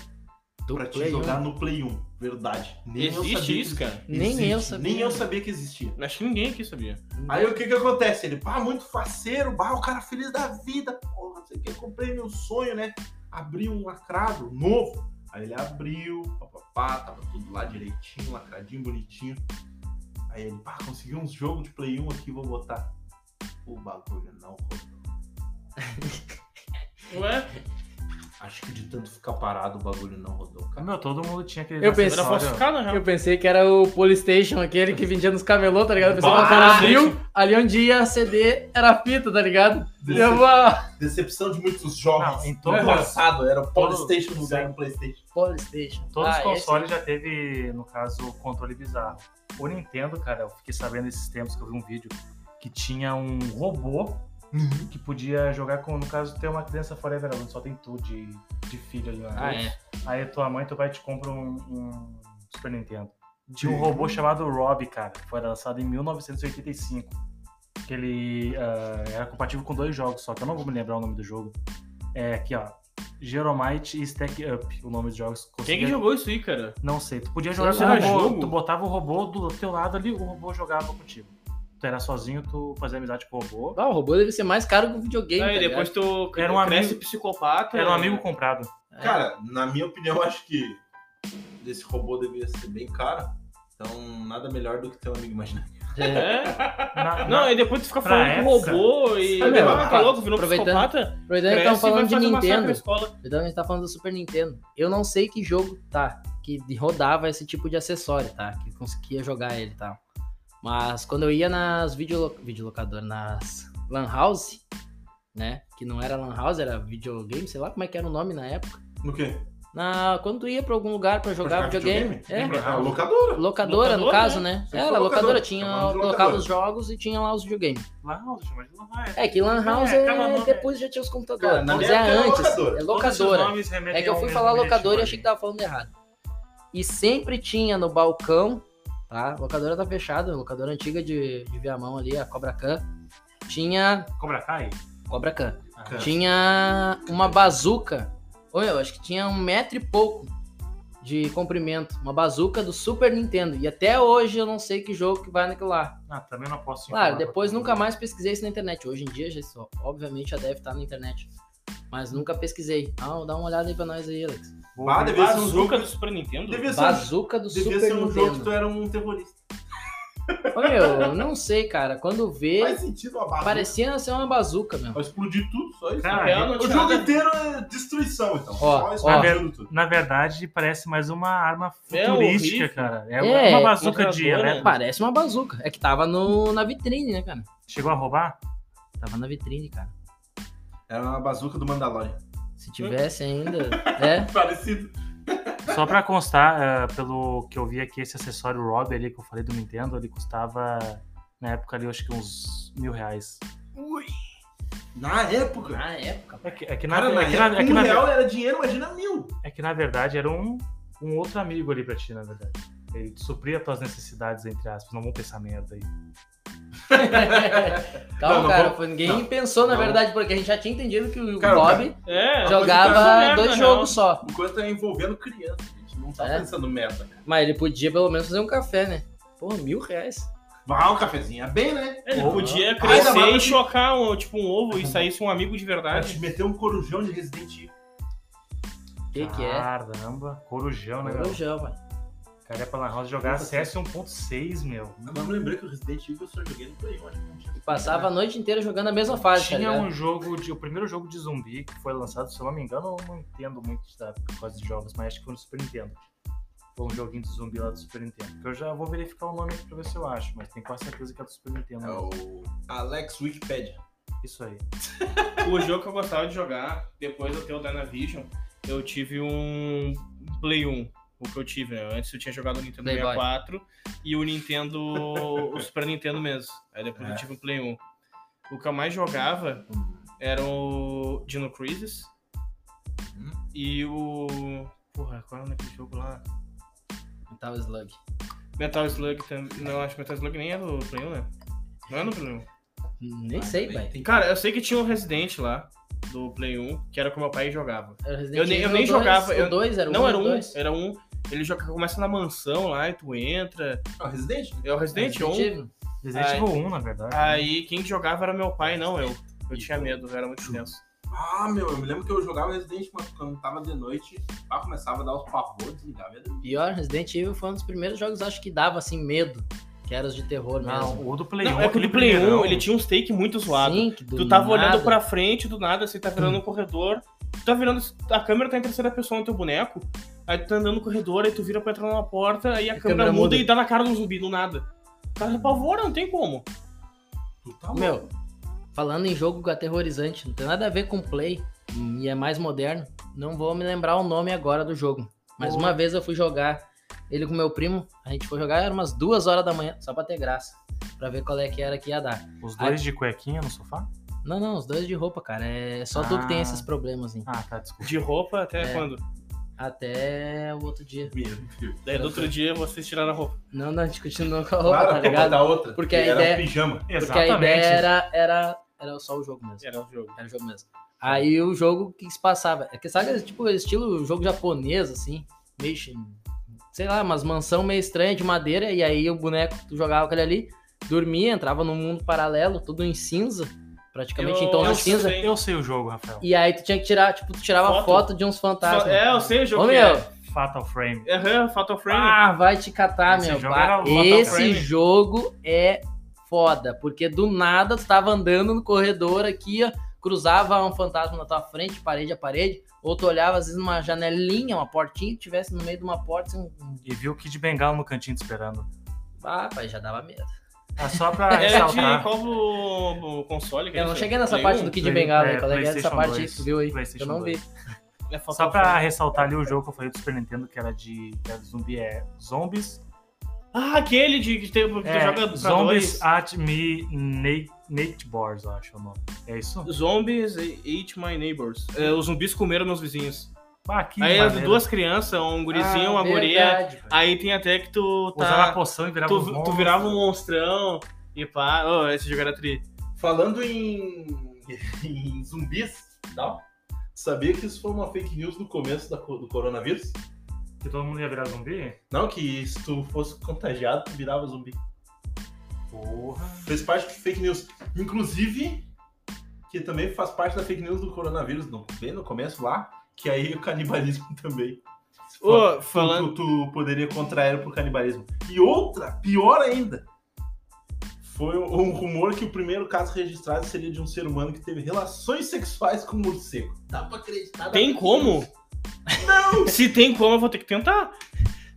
Speaker 4: Do
Speaker 1: pra te
Speaker 4: Play um.
Speaker 1: jogar no Play 1. Verdade. Nem eu sabia
Speaker 3: Existe isso,
Speaker 1: que
Speaker 3: cara?
Speaker 4: Nem
Speaker 1: existe.
Speaker 4: eu sabia.
Speaker 1: Nem eu sabia que existia.
Speaker 3: Acho que ninguém aqui sabia.
Speaker 4: um.
Speaker 1: Aí o que que acontece? Ele, pá, muito faceiro, bah, o cara feliz da vida, porra, não sei o que, eu comprei meu sonho, né? Abri um lacrado novo. Aí ele abriu, papapá, tava tudo lá direitinho, lacradinho, bonitinho. Aí ele, pá, consegui uns jogos de Play 1 aqui, vou botar. O bagulho não rodou.
Speaker 3: Ué?
Speaker 1: Acho que de tanto ficar parado, o bagulho não rodou, cara.
Speaker 2: Meu, todo mundo tinha aquele
Speaker 4: Eu pensei-
Speaker 3: Era
Speaker 2: acessório.
Speaker 3: falsificado né? já.
Speaker 4: Eu pensei que era o Polystation, aquele que vendia nos camelô, tá ligado? Eu pensei que o
Speaker 3: Bah,
Speaker 4: cara abriu, ali onde ia CD era fita, tá ligado?
Speaker 1: Desse-
Speaker 4: Deu uma...
Speaker 1: Decepção de muitos jogos.
Speaker 2: Não, em
Speaker 1: Todo
Speaker 2: todo-
Speaker 1: lançado, era o
Speaker 2: todo-
Speaker 1: PlayStation no lugar do PlayStation.
Speaker 4: Polystation.
Speaker 2: Todos
Speaker 4: Ah,
Speaker 2: os
Speaker 4: esse-
Speaker 2: consoles já teve, no caso, controle bizarro. O Nintendo, cara, eu fiquei sabendo esses tempos que eu vi um vídeo que tinha um robô que podia jogar com, no caso, tem uma criança forever alone, só tem tu de, de filho ali na
Speaker 4: Ah, é.
Speaker 2: Aí tua mãe, teu pai te compra um, um Super Nintendo. Tinha um robô chamado Rob, cara, que foi lançado em 1985. Que ele ah, era compatível com dois jogos, só que eu não vou me lembrar o nome do jogo. É aqui, ó. Jeromite e Stack Up, o nome dos jogos.
Speaker 3: Quem
Speaker 2: Conseguia-
Speaker 3: que jogou isso aí, cara?
Speaker 2: não sei. Tu podia jogar
Speaker 4: Sei
Speaker 2: com o
Speaker 4: lá,
Speaker 2: robô.
Speaker 3: jogo?
Speaker 2: Tu botava o robô do teu lado ali, o robô jogava contigo. Tu era sozinho, tu fazia amizade com o robô.
Speaker 4: Ah, o robô deve ser mais caro que o videogame,
Speaker 3: Aí
Speaker 4: tá
Speaker 3: depois
Speaker 4: ligado?
Speaker 3: tu
Speaker 2: Era um
Speaker 3: cresce
Speaker 2: amigo-
Speaker 3: psicopata.
Speaker 2: Era um
Speaker 3: né?
Speaker 2: amigo comprado.
Speaker 4: É.
Speaker 1: Cara, na minha opinião, acho que esse robô devia ser bem caro. Então, nada melhor do que ter um amigo imaginário.
Speaker 4: É.
Speaker 3: É.
Speaker 2: Na-
Speaker 3: Não,
Speaker 2: na-
Speaker 3: e depois tu fica
Speaker 2: Pra
Speaker 3: falando com o
Speaker 2: época.
Speaker 3: robô e.
Speaker 1: Sabe,
Speaker 3: Ah, tá
Speaker 1: mano,
Speaker 3: louco, virou
Speaker 4: aproveitando-
Speaker 3: psicopata.
Speaker 4: Aproveitando que
Speaker 3: Cresce
Speaker 4: estamos
Speaker 3: e vai
Speaker 4: falando de
Speaker 3: fazer massacre na
Speaker 4: Nintendo,
Speaker 3: escola.
Speaker 4: aproveitando que a gente tá falando do Super Nintendo, eu não sei que jogo, tá, que rodava esse tipo de acessório, tá, que conseguia jogar ele e tal. Mas quando eu ia nas videolo... videolocadoras, nas lan house, né, que não era lan house, era videogame, sei lá como é que era o nome na época.
Speaker 1: No quê?
Speaker 4: Na... Quando tu ia pra algum lugar pra jogar
Speaker 1: jogar
Speaker 4: videogame,
Speaker 1: videogame?
Speaker 4: é,
Speaker 2: Lembra?
Speaker 1: Ah, locadora.
Speaker 4: locadora, no
Speaker 3: Locadora,
Speaker 4: caso,
Speaker 3: né?
Speaker 4: né,
Speaker 1: Sempre
Speaker 4: era
Speaker 1: foi locadora.
Speaker 4: locadora, tinha,
Speaker 1: Chamava de
Speaker 4: colocava
Speaker 1: locadora.
Speaker 4: os jogos e tinha lá os videogames.
Speaker 2: Lan House, chama de Lan House.
Speaker 4: É que lan house
Speaker 2: É,
Speaker 4: é,
Speaker 2: acaba nome.
Speaker 4: depois já tinha os computadores,
Speaker 1: Cara, na
Speaker 4: mas
Speaker 1: minha
Speaker 4: é
Speaker 1: época era
Speaker 4: antes,
Speaker 1: locadora.
Speaker 4: é
Speaker 2: Todos esses
Speaker 4: locadora.
Speaker 2: nomes remetem
Speaker 4: É que eu
Speaker 2: ao
Speaker 4: fui
Speaker 2: mesmo
Speaker 4: falar
Speaker 2: objetivo
Speaker 4: locadora e
Speaker 2: ali.
Speaker 4: achei que tava falando errado. E sempre tinha no balcão, tá? A locadora tá fechada, a locadora antiga de, de Viamão ali, a Cobra Can. Tinha.
Speaker 2: Cobra Kai?
Speaker 4: Cobra Can.
Speaker 1: Cara,
Speaker 4: Tinha uma bazuca. Ou eu acho que tinha um metro e pouco de comprimento. Uma bazuca do Super Nintendo. E até hoje eu não sei que jogo que vai naquilo lá.
Speaker 2: Ah, também não posso.
Speaker 4: Claro,
Speaker 2: informar
Speaker 4: depois
Speaker 2: pra
Speaker 4: nunca
Speaker 2: todo mundo.
Speaker 4: mais pesquisei isso na internet. Hoje em dia, já, isso, obviamente, já deve estar na internet. Mas nunca pesquisei. Ah, dá uma olhada aí pra nós aí, Alex.
Speaker 2: Vou
Speaker 1: Bah,
Speaker 2: ver.
Speaker 1: devia ser um jogo.
Speaker 3: Bazuca do Super Nintendo?
Speaker 1: Devia ser, um-
Speaker 4: Bazuca do
Speaker 1: devia
Speaker 4: Super
Speaker 1: ser um jogo que tu
Speaker 4: Nintendo.
Speaker 1: era um terrorista.
Speaker 4: Ô, meu, eu não sei, cara. Quando vê,
Speaker 1: Faz sentido uma barra.
Speaker 4: parecia ser uma bazuca, meu.
Speaker 1: Vai explodir tudo, só isso.
Speaker 2: Cara,
Speaker 3: Real, não
Speaker 1: o
Speaker 3: tinha
Speaker 1: jogo
Speaker 3: nada.
Speaker 1: inteiro é destruição, então.
Speaker 4: Ó,
Speaker 1: só
Speaker 4: ó.
Speaker 1: explodindo tudo.
Speaker 2: Na verdade, parece mais uma arma
Speaker 3: É,
Speaker 2: futurística,
Speaker 3: horrível.
Speaker 2: cara. É,
Speaker 4: É,
Speaker 2: uma bazuca de
Speaker 3: metralhadora.
Speaker 2: elétrico.
Speaker 4: Parece uma bazuca. É que tava no, na vitrine, né, cara?
Speaker 2: Chegou a roubar?
Speaker 4: Tava na vitrine, cara.
Speaker 1: Era uma bazuca do Mandalorian.
Speaker 4: Se tivesse ainda. É?
Speaker 1: Parecido.
Speaker 2: Só pra constar, eh, pelo que eu vi aqui, esse acessório Rob ali que eu falei do Nintendo, ele custava, na época ali, eu acho que uns mil reais.
Speaker 1: Ui. Na época.
Speaker 4: Na época.
Speaker 2: É que, é que na,
Speaker 1: Cara, na
Speaker 2: é que na-
Speaker 1: época,
Speaker 2: é que
Speaker 1: um
Speaker 2: na-
Speaker 1: real era dinheiro, imagina mil.
Speaker 2: é que na verdade era um, um outro amigo ali pra ti, na verdade. Ele supria tuas necessidades, entre aspas, não vão pensar merda aí.
Speaker 4: Calma,
Speaker 1: Não, não
Speaker 4: cara.
Speaker 1: vou-
Speaker 4: foi- Ninguém
Speaker 1: não,
Speaker 4: pensou, na
Speaker 1: não.
Speaker 4: verdade, porque a gente já tinha entendido que o
Speaker 1: Cara,
Speaker 4: Bob
Speaker 3: É, uma coisa que não
Speaker 4: jogava
Speaker 3: é
Speaker 4: dois
Speaker 3: merda,
Speaker 4: jogos só.
Speaker 1: Enquanto é envolvendo criança, a gente não tá
Speaker 4: É.
Speaker 1: pensando meta.
Speaker 4: Mas ele podia pelo menos fazer um café, né? Pô, mil reais.
Speaker 1: Vai um cafezinho, é bem, né?
Speaker 3: não. Ele
Speaker 2: Ou-
Speaker 3: podia
Speaker 1: Ai, dá
Speaker 3: crescer
Speaker 1: pra-
Speaker 3: e chocar um, tipo, um ovo e saísse um amigo de
Speaker 1: A
Speaker 3: verdade.
Speaker 1: gente meteu um corujão de Resident Evil.
Speaker 4: O que, que
Speaker 3: Ah,
Speaker 4: é?
Speaker 2: Caramba, corujão, né, meu?
Speaker 4: Corujão, mano.
Speaker 2: O cara ia pra Lan House jogar
Speaker 1: Puta,
Speaker 2: CS 1.6, meu.
Speaker 1: Mas eu lembrei que o Resident Evil eu só joguei no Play né? 1. acho que não tinha.
Speaker 4: Passava a noite inteira jogando a mesma fase, tá
Speaker 2: Tinha
Speaker 4: ligado?
Speaker 2: um jogo, de, o primeiro jogo de zumbi que foi lançado, se eu não me engano, eu não entendo muito da, por causa de jogos, mas acho que foi no Super Nintendo. Foi um joguinho de zumbi lá do Super Nintendo. Que eu já vou verificar o nome aqui pra ver se eu acho, mas tenho quase certeza que é do Super Nintendo.
Speaker 1: É o Alex Wikipedia.
Speaker 2: Isso aí.
Speaker 3: O jogo que eu gostava de jogar, depois eu ter o Dynavision, eu tive um Play 1. O que eu tive, né? Antes eu tinha jogado o Nintendo
Speaker 4: Playboy.
Speaker 3: 64 e o Nintendo. o Super Nintendo mesmo. Aí depois
Speaker 1: É.
Speaker 3: eu tive um Play 1. O que eu mais jogava era o Dino Crisis
Speaker 1: Hum.
Speaker 3: e o. Porra, qual era aquele jogo lá? um-
Speaker 4: Tava slug.
Speaker 3: Metal Slug também. Não, acho que Metal Slug nem é do Play 1, né? Não é do Play 1.
Speaker 4: Nem sei,
Speaker 1: também
Speaker 4: velho.
Speaker 1: tem-
Speaker 3: Cara, eu sei que tinha um Resident lá do Play 1, que era com meu pai e jogava.
Speaker 4: Era Resident
Speaker 3: Eu nem- eu
Speaker 4: Evil
Speaker 3: nem
Speaker 4: dois,
Speaker 3: jogava,
Speaker 4: O
Speaker 3: eu-
Speaker 4: 2 era o
Speaker 3: Não,
Speaker 4: um,
Speaker 3: era um,
Speaker 4: dois.
Speaker 3: era um. Ele joga, começa na mansão lá e tu entra.
Speaker 1: É o Resident?
Speaker 3: É o Resident
Speaker 4: Resident
Speaker 3: Evil.
Speaker 4: Evil.
Speaker 2: Resident
Speaker 3: Ai.
Speaker 2: Evil 1, na verdade.
Speaker 3: Aí quem jogava era meu pai, não eu. Eu tinha medo, eu era muito tenso.
Speaker 1: Ah, meu, eu me lembro que eu jogava Resident, mas quando tava de noite, lá começava a dar os pavores, desligava. e era-
Speaker 4: Pior, Resident Evil foi um dos primeiros jogos, acho que dava assim medo. Que era os de terror mesmo.
Speaker 2: Não, o do Play 1.
Speaker 3: Não, é que o
Speaker 2: aquele
Speaker 3: do Play 1,
Speaker 2: primeirão.
Speaker 3: ele tinha uns take muito zoado.
Speaker 4: Sim, que do
Speaker 3: tu tava
Speaker 4: nada-
Speaker 3: olhando pra frente do nada, assim, tá virando um corredor. Tu tá virando. A câmera tá em terceira pessoa no teu boneco. Aí tu tá andando no corredor, aí tu vira pra entrar numa porta, aí a, câmera,
Speaker 4: câmera
Speaker 3: muda,
Speaker 4: muda.
Speaker 3: e dá na cara do zumbi, do nada. Cara, apavora, não tem como.
Speaker 1: Tu tá louco.
Speaker 4: Meu, falando em jogo aterrorizante, não tem nada a ver com play e é mais moderno. Não vou me lembrar o nome agora do jogo. Mas
Speaker 2: Boa.
Speaker 4: uma vez eu fui jogar ele com meu primo. A gente foi jogar, era umas duas horas da manhã, só pra ter graça. Pra ver qual é que era que ia dar.
Speaker 2: Os
Speaker 3: Ah, é.
Speaker 2: dois de cuequinha no sofá?
Speaker 4: Não, não, os dois de roupa, cara. É só tu que tem
Speaker 2: Ah.
Speaker 4: esses problemas, hein?
Speaker 2: Ah, tá, desculpa.
Speaker 3: De roupa até
Speaker 4: É.
Speaker 3: quando?
Speaker 4: Até o outro dia.
Speaker 1: Meu Deus.
Speaker 3: Daí do outro dia vocês tiraram a roupa.
Speaker 4: Não, não, a gente continuou com a roupa,
Speaker 1: Claro,
Speaker 4: tá
Speaker 1: tem que
Speaker 4: ligado?
Speaker 1: botar outra.
Speaker 4: Porque a
Speaker 1: era
Speaker 4: ideia-
Speaker 1: pijama.
Speaker 4: É, Porque a ideia era, era, era só o jogo mesmo.
Speaker 3: Era o jogo.
Speaker 4: Era o jogo mesmo. Aí o jogo que se passava. É que sabe, tipo, estilo jogo japonês, assim. Meio. chi- Sei lá, umas mansão meio estranha de madeira. E aí o boneco, tu jogava aquele ali, dormia, entrava num mundo paralelo, tudo em cinza. Praticamente em
Speaker 3: Eu-
Speaker 4: tom de
Speaker 3: eu
Speaker 4: cinza.
Speaker 3: sei.
Speaker 2: Eu sei o jogo, Rafael.
Speaker 4: E aí tu tinha que tirar, tipo, tu tirava foto,
Speaker 3: Foto?
Speaker 4: de uns
Speaker 3: Só-
Speaker 4: fantasmas.
Speaker 3: É, eu sei o jogo
Speaker 4: Ô,
Speaker 3: que
Speaker 4: meu,
Speaker 3: é.
Speaker 2: Fatal Frame.
Speaker 3: Aham, Fatal Frame.
Speaker 4: Ah, vai te catar,
Speaker 2: Esse
Speaker 4: meu.
Speaker 2: jogo
Speaker 4: Bah,
Speaker 2: era tá o
Speaker 4: Esse
Speaker 2: Fatal
Speaker 4: jogo é foda, porque do nada tu tava andando no corredor aqui, ó, cruzava um fantasma na tua frente, parede a parede, ou tu olhava às vezes numa janelinha, uma portinha que tivesse no meio de uma porta, assim, um-
Speaker 2: E viu o Kid Bengala no cantinho te esperando.
Speaker 4: ah, pai, já dava medo.
Speaker 2: Ah, só pra
Speaker 3: Era É de
Speaker 2: ressaltar.
Speaker 3: qual o, o console? Que
Speaker 4: Eu
Speaker 3: é
Speaker 4: não
Speaker 3: isso?
Speaker 4: cheguei nessa
Speaker 3: Play
Speaker 4: parte
Speaker 3: 1?
Speaker 4: do Kid
Speaker 2: Play-
Speaker 4: Bengala,
Speaker 2: é,
Speaker 4: aí, qual é que é essa
Speaker 2: PlayStation
Speaker 4: parte aí
Speaker 2: 2,
Speaker 4: que tu viu aí?
Speaker 2: PlayStation
Speaker 4: Eu não vi.
Speaker 3: É Fatal
Speaker 2: Só pra
Speaker 3: Frame.
Speaker 2: ressaltar ali o jogo que eu falei do Super Nintendo, que era de, que era de zumbi, é Zombies.
Speaker 3: Ah, aquele de que tem, que tu
Speaker 2: É,
Speaker 3: joga pra
Speaker 2: Zombies
Speaker 3: dois.
Speaker 2: at Me Nate, Nate Bars, eu acho o nome. É isso?
Speaker 3: Zombies Eat My Neighbors. É, os zumbis comeram meus vizinhos.
Speaker 2: Ah, que
Speaker 3: aí as
Speaker 2: maneiro.
Speaker 3: duas crianças, um gurizinho, uma guria.
Speaker 4: verdade, pai.
Speaker 3: Aí tem até que tu
Speaker 2: Usava a
Speaker 3: tá.
Speaker 2: poção e virava
Speaker 3: Tu,
Speaker 2: uns
Speaker 3: tu
Speaker 2: monstros.
Speaker 3: virava um monstrão e pá. Oh, esse jogo era tri.
Speaker 1: Falando em, em zumbis e tal, sabia que isso foi uma fake news no começo da co- do coronavírus?
Speaker 2: Que todo mundo ia virar zumbi?
Speaker 1: Não, que se tu fosse contagiado, tu virava zumbi.
Speaker 2: Porra.
Speaker 1: Fez parte de fake news. Inclusive, que também faz parte da fake news do coronavírus, no- bem no começo lá, que aí o canibalismo também.
Speaker 3: Ô,
Speaker 1: Tu-
Speaker 3: falando-
Speaker 1: Tu, tu poderia contrair pro canibalismo. E outra, pior ainda, foi um rumor que o primeiro caso registrado seria de um ser humano que teve relações sexuais com um morcego. Dá pra acreditar? dá
Speaker 3: Tem
Speaker 1: pra
Speaker 3: como?
Speaker 1: acreditar. Não!
Speaker 3: Se tem como, eu vou ter que tentar.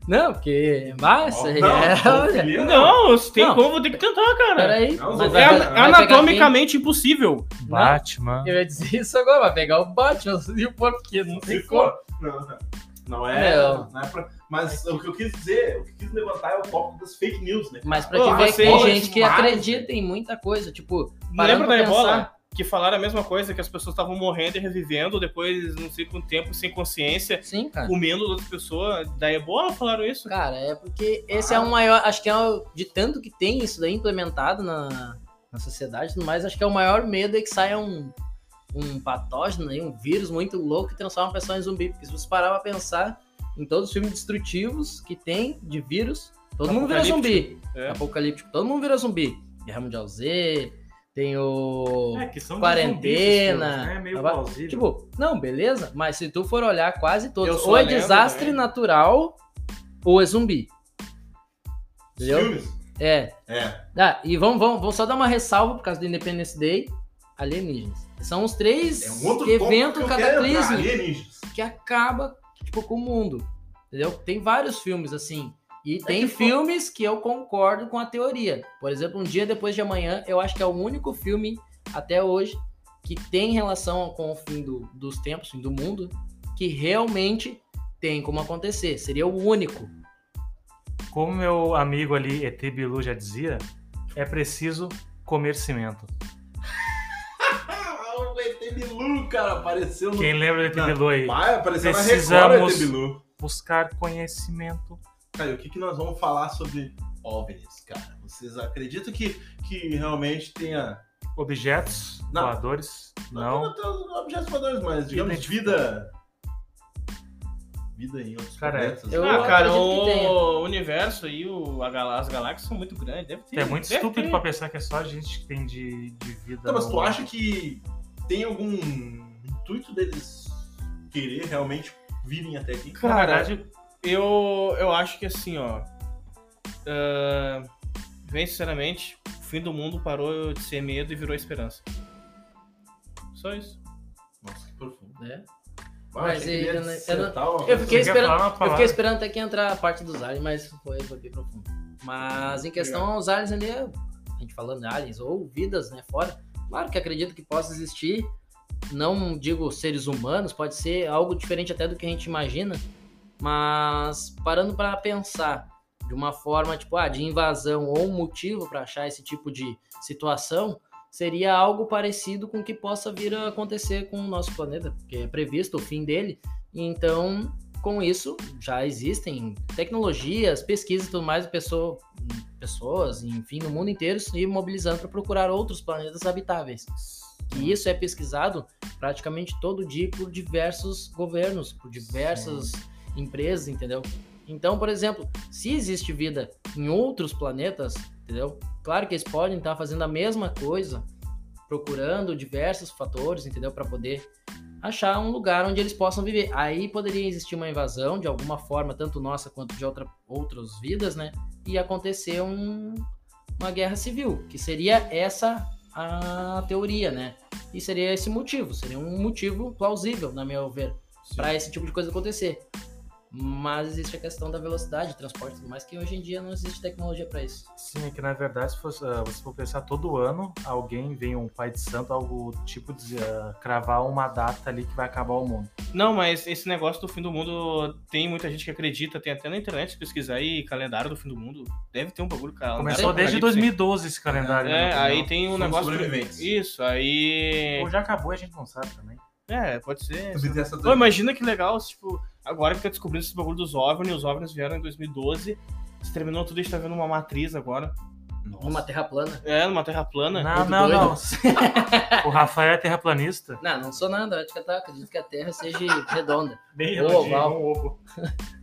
Speaker 4: Não, porque. Massa,
Speaker 1: Não,
Speaker 4: é, olha.
Speaker 1: confia,
Speaker 3: Não, se tem
Speaker 4: Não.
Speaker 3: como, eu vou ter que tentar, cara.
Speaker 4: Peraí.
Speaker 1: Não,
Speaker 4: mas
Speaker 1: vai-
Speaker 3: É
Speaker 1: vai-
Speaker 3: ana-
Speaker 1: vai
Speaker 3: anatomicamente impossível.
Speaker 2: Batman.
Speaker 4: Eu ia dizer isso agora, vai pegar o Batman e o porquê, não
Speaker 1: Se
Speaker 4: tem como.
Speaker 1: for. Não, não. Não é.
Speaker 4: Não.
Speaker 1: não é pra- mas o que eu quis dizer, o que eu quis levantar é o tópico das fake news, né?
Speaker 4: Mas pra
Speaker 3: Ô,
Speaker 4: te ver que tem
Speaker 3: vocês-
Speaker 4: gente que
Speaker 1: Vários,
Speaker 4: acredita em muita coisa, tipo,
Speaker 3: Lembra
Speaker 4: Parando
Speaker 3: da
Speaker 4: pra
Speaker 3: Ebola?
Speaker 4: pensar.
Speaker 3: Que falaram a mesma coisa, que as pessoas estavam morrendo e revivendo, depois não sei quanto tempo, sem consciência,
Speaker 4: sim, cara.
Speaker 3: comendo outras pessoas. Da Ebola falaram isso?
Speaker 4: Cara, é porque esse é o maior. Acho que é o. De tanto que tem isso daí implementado na, na sociedade e tudo mais, acho que é o maior medo é que saia um, um patógeno, aí, um vírus muito louco que transforma a pessoa em zumbi. Porque se você parar pra pensar em todos os filmes destrutivos que tem de vírus, todo mundo vira zumbi.
Speaker 3: É.
Speaker 4: Apocalíptico, todo mundo vira zumbi. Guerra Mundial Z, tem o.
Speaker 2: É, que são
Speaker 4: Quarentena.
Speaker 2: zumbis, né? É meio
Speaker 4: Tá bom.
Speaker 2: plausível.
Speaker 4: Tipo, não, beleza, mas se tu for olhar quase
Speaker 3: Eu
Speaker 4: todos,
Speaker 3: sou
Speaker 4: ou
Speaker 3: a
Speaker 4: é
Speaker 3: lenda
Speaker 4: desastre
Speaker 3: também.
Speaker 4: natural, ou é zumbi.
Speaker 1: Os
Speaker 4: Entendeu?
Speaker 1: Filmes.
Speaker 4: É.
Speaker 1: É.
Speaker 4: Ah, e vamos, vamos, vamos só dar uma ressalva por causa do Independence Day, alienígenas. São os três
Speaker 1: É um outro
Speaker 4: eventos
Speaker 1: tópico que eu quero entrar,
Speaker 4: cataclísmicos
Speaker 1: alienígenas.
Speaker 4: que acaba tipo, com o mundo. Entendeu? Tem vários filmes assim. E tem
Speaker 1: que foi-
Speaker 4: filmes que eu concordo com a teoria. Por exemplo, Um Dia Depois de Amanhã, eu acho que é o único filme até hoje que tem relação com o fim do- dos tempos, fim do mundo, que realmente tem como acontecer. Seria o único.
Speaker 2: Como meu amigo ali, ET Bilu, já dizia, é preciso comer cimento.
Speaker 1: Ah, o ET Bilu, cara, apareceu no.
Speaker 2: Quem lembra do ET
Speaker 1: Não.
Speaker 2: Bilu aí?
Speaker 1: Vai, apareceu na Record o
Speaker 2: Precisamos-
Speaker 1: ET Bilu.
Speaker 2: Buscar conhecimento.
Speaker 1: Cara, e o que, que nós vamos falar sobre OVNIs, cara? Vocês acreditam que, que realmente tenha.
Speaker 2: Objetos
Speaker 1: Não.
Speaker 2: voadores? Não.
Speaker 1: tem objetos voadores, mas digamos vida. Vida em outros
Speaker 2: Cara,
Speaker 1: planetas.
Speaker 4: eu-
Speaker 1: né?
Speaker 3: ah, cara,
Speaker 4: acredito que tenha.
Speaker 3: o universo e o, a galá- as galáxias são muito grandes. Deve ter.
Speaker 2: É muito
Speaker 3: deve
Speaker 2: estúpido
Speaker 3: ter.
Speaker 2: pra pensar que é só a gente que tem de, de vida.
Speaker 1: Então, mas
Speaker 2: no-
Speaker 1: tu acha que tem algum intuito deles querer realmente virem até aqui?
Speaker 2: Na
Speaker 3: Cara,
Speaker 2: verdade,
Speaker 3: eu, eu acho que assim, ó. ah, bem sinceramente, o fim do mundo parou de ser medo e virou esperança. Só isso.
Speaker 1: Nossa, que profundo.
Speaker 4: Né?
Speaker 1: Ah, achei
Speaker 4: Mas
Speaker 1: que ele
Speaker 4: e-
Speaker 1: ia
Speaker 4: eu não-
Speaker 1: dissertar
Speaker 4: eu
Speaker 1: uma
Speaker 4: Eu
Speaker 1: coisa
Speaker 4: fiquei,
Speaker 2: Você quer
Speaker 4: esperando,
Speaker 2: falar uma
Speaker 4: eu
Speaker 2: palavra?
Speaker 4: fiquei esperando até que entrar a parte dos aliens, mas foi, foi bem profundo. Mas em questão aos aliens ali, a gente falando de aliens ou vidas, né, fora, claro que acredito que possa existir, não digo seres humanos, pode ser algo diferente até do que a gente imagina, mas parando para pensar de uma forma, tipo, ah, de invasão ou um motivo para achar esse tipo de situação, seria algo parecido com o que possa vir a acontecer com o nosso planeta, porque é previsto o fim dele. Então, com isso, já existem tecnologias, pesquisas e tudo mais, pessoa, pessoas, enfim, no mundo inteiro se mobilizando para procurar outros planetas habitáveis. E isso é pesquisado praticamente todo dia por diversos governos, por diversas empresas, entendeu? Então, por exemplo, se existe vida em outros planetas, entendeu? Claro que eles podem estar fazendo a mesma coisa, procurando diversos fatores, entendeu? Para poder achar um lugar onde eles possam viver. Aí poderia existir uma invasão de alguma forma, tanto nossa quanto de outra, outras vidas, né? E acontecer um- uma guerra civil, que seria essa a teoria, né? E seria esse motivo, seria um motivo plausível, na minha ver, para esse tipo de coisa acontecer. Mas existe a questão da velocidade, transporte e tudo mais, que hoje em dia não existe tecnologia para isso.
Speaker 2: sim, é que na verdade, se fosse, ah, você for pensar todo ano, alguém vem, um pai de santo, algo tipo, de, ah, cravar uma data ali que vai acabar o mundo.
Speaker 3: Não, mas esse negócio do fim do mundo tem muita gente que acredita, tem até na internet se pesquisar aí, calendário do fim do mundo. Deve ter um bagulho calendário.
Speaker 2: Começou desde
Speaker 3: apocalipse.
Speaker 2: 2012 esse
Speaker 3: É,
Speaker 2: calendário. né,
Speaker 3: aí
Speaker 2: entendeu?
Speaker 3: tem um
Speaker 1: Somos
Speaker 3: negócio.
Speaker 1: sobreviventes.
Speaker 3: Isso, aí.
Speaker 2: Ou já acabou e a gente não sabe também.
Speaker 3: É, pode ser.
Speaker 1: Eu fiz essa
Speaker 3: Pô, imagina que legal, tipo, agora que tá descobrindo esse bagulho dos OVNI, os OVNIs vieram em 2012, se terminou tudo, a gente tá vendo uma matriz agora.
Speaker 4: Numa terra plana.
Speaker 3: É, numa terra plana.
Speaker 2: Não,
Speaker 4: Muito
Speaker 2: não,
Speaker 4: doido.
Speaker 2: não.
Speaker 3: né?
Speaker 2: o Rafael é terraplanista.
Speaker 4: Não, não sou nada, eu acho que, tá, acredito que a terra seja redonda.
Speaker 2: Bem
Speaker 4: Ô,
Speaker 2: redondinho,
Speaker 4: Val.
Speaker 2: um ovo.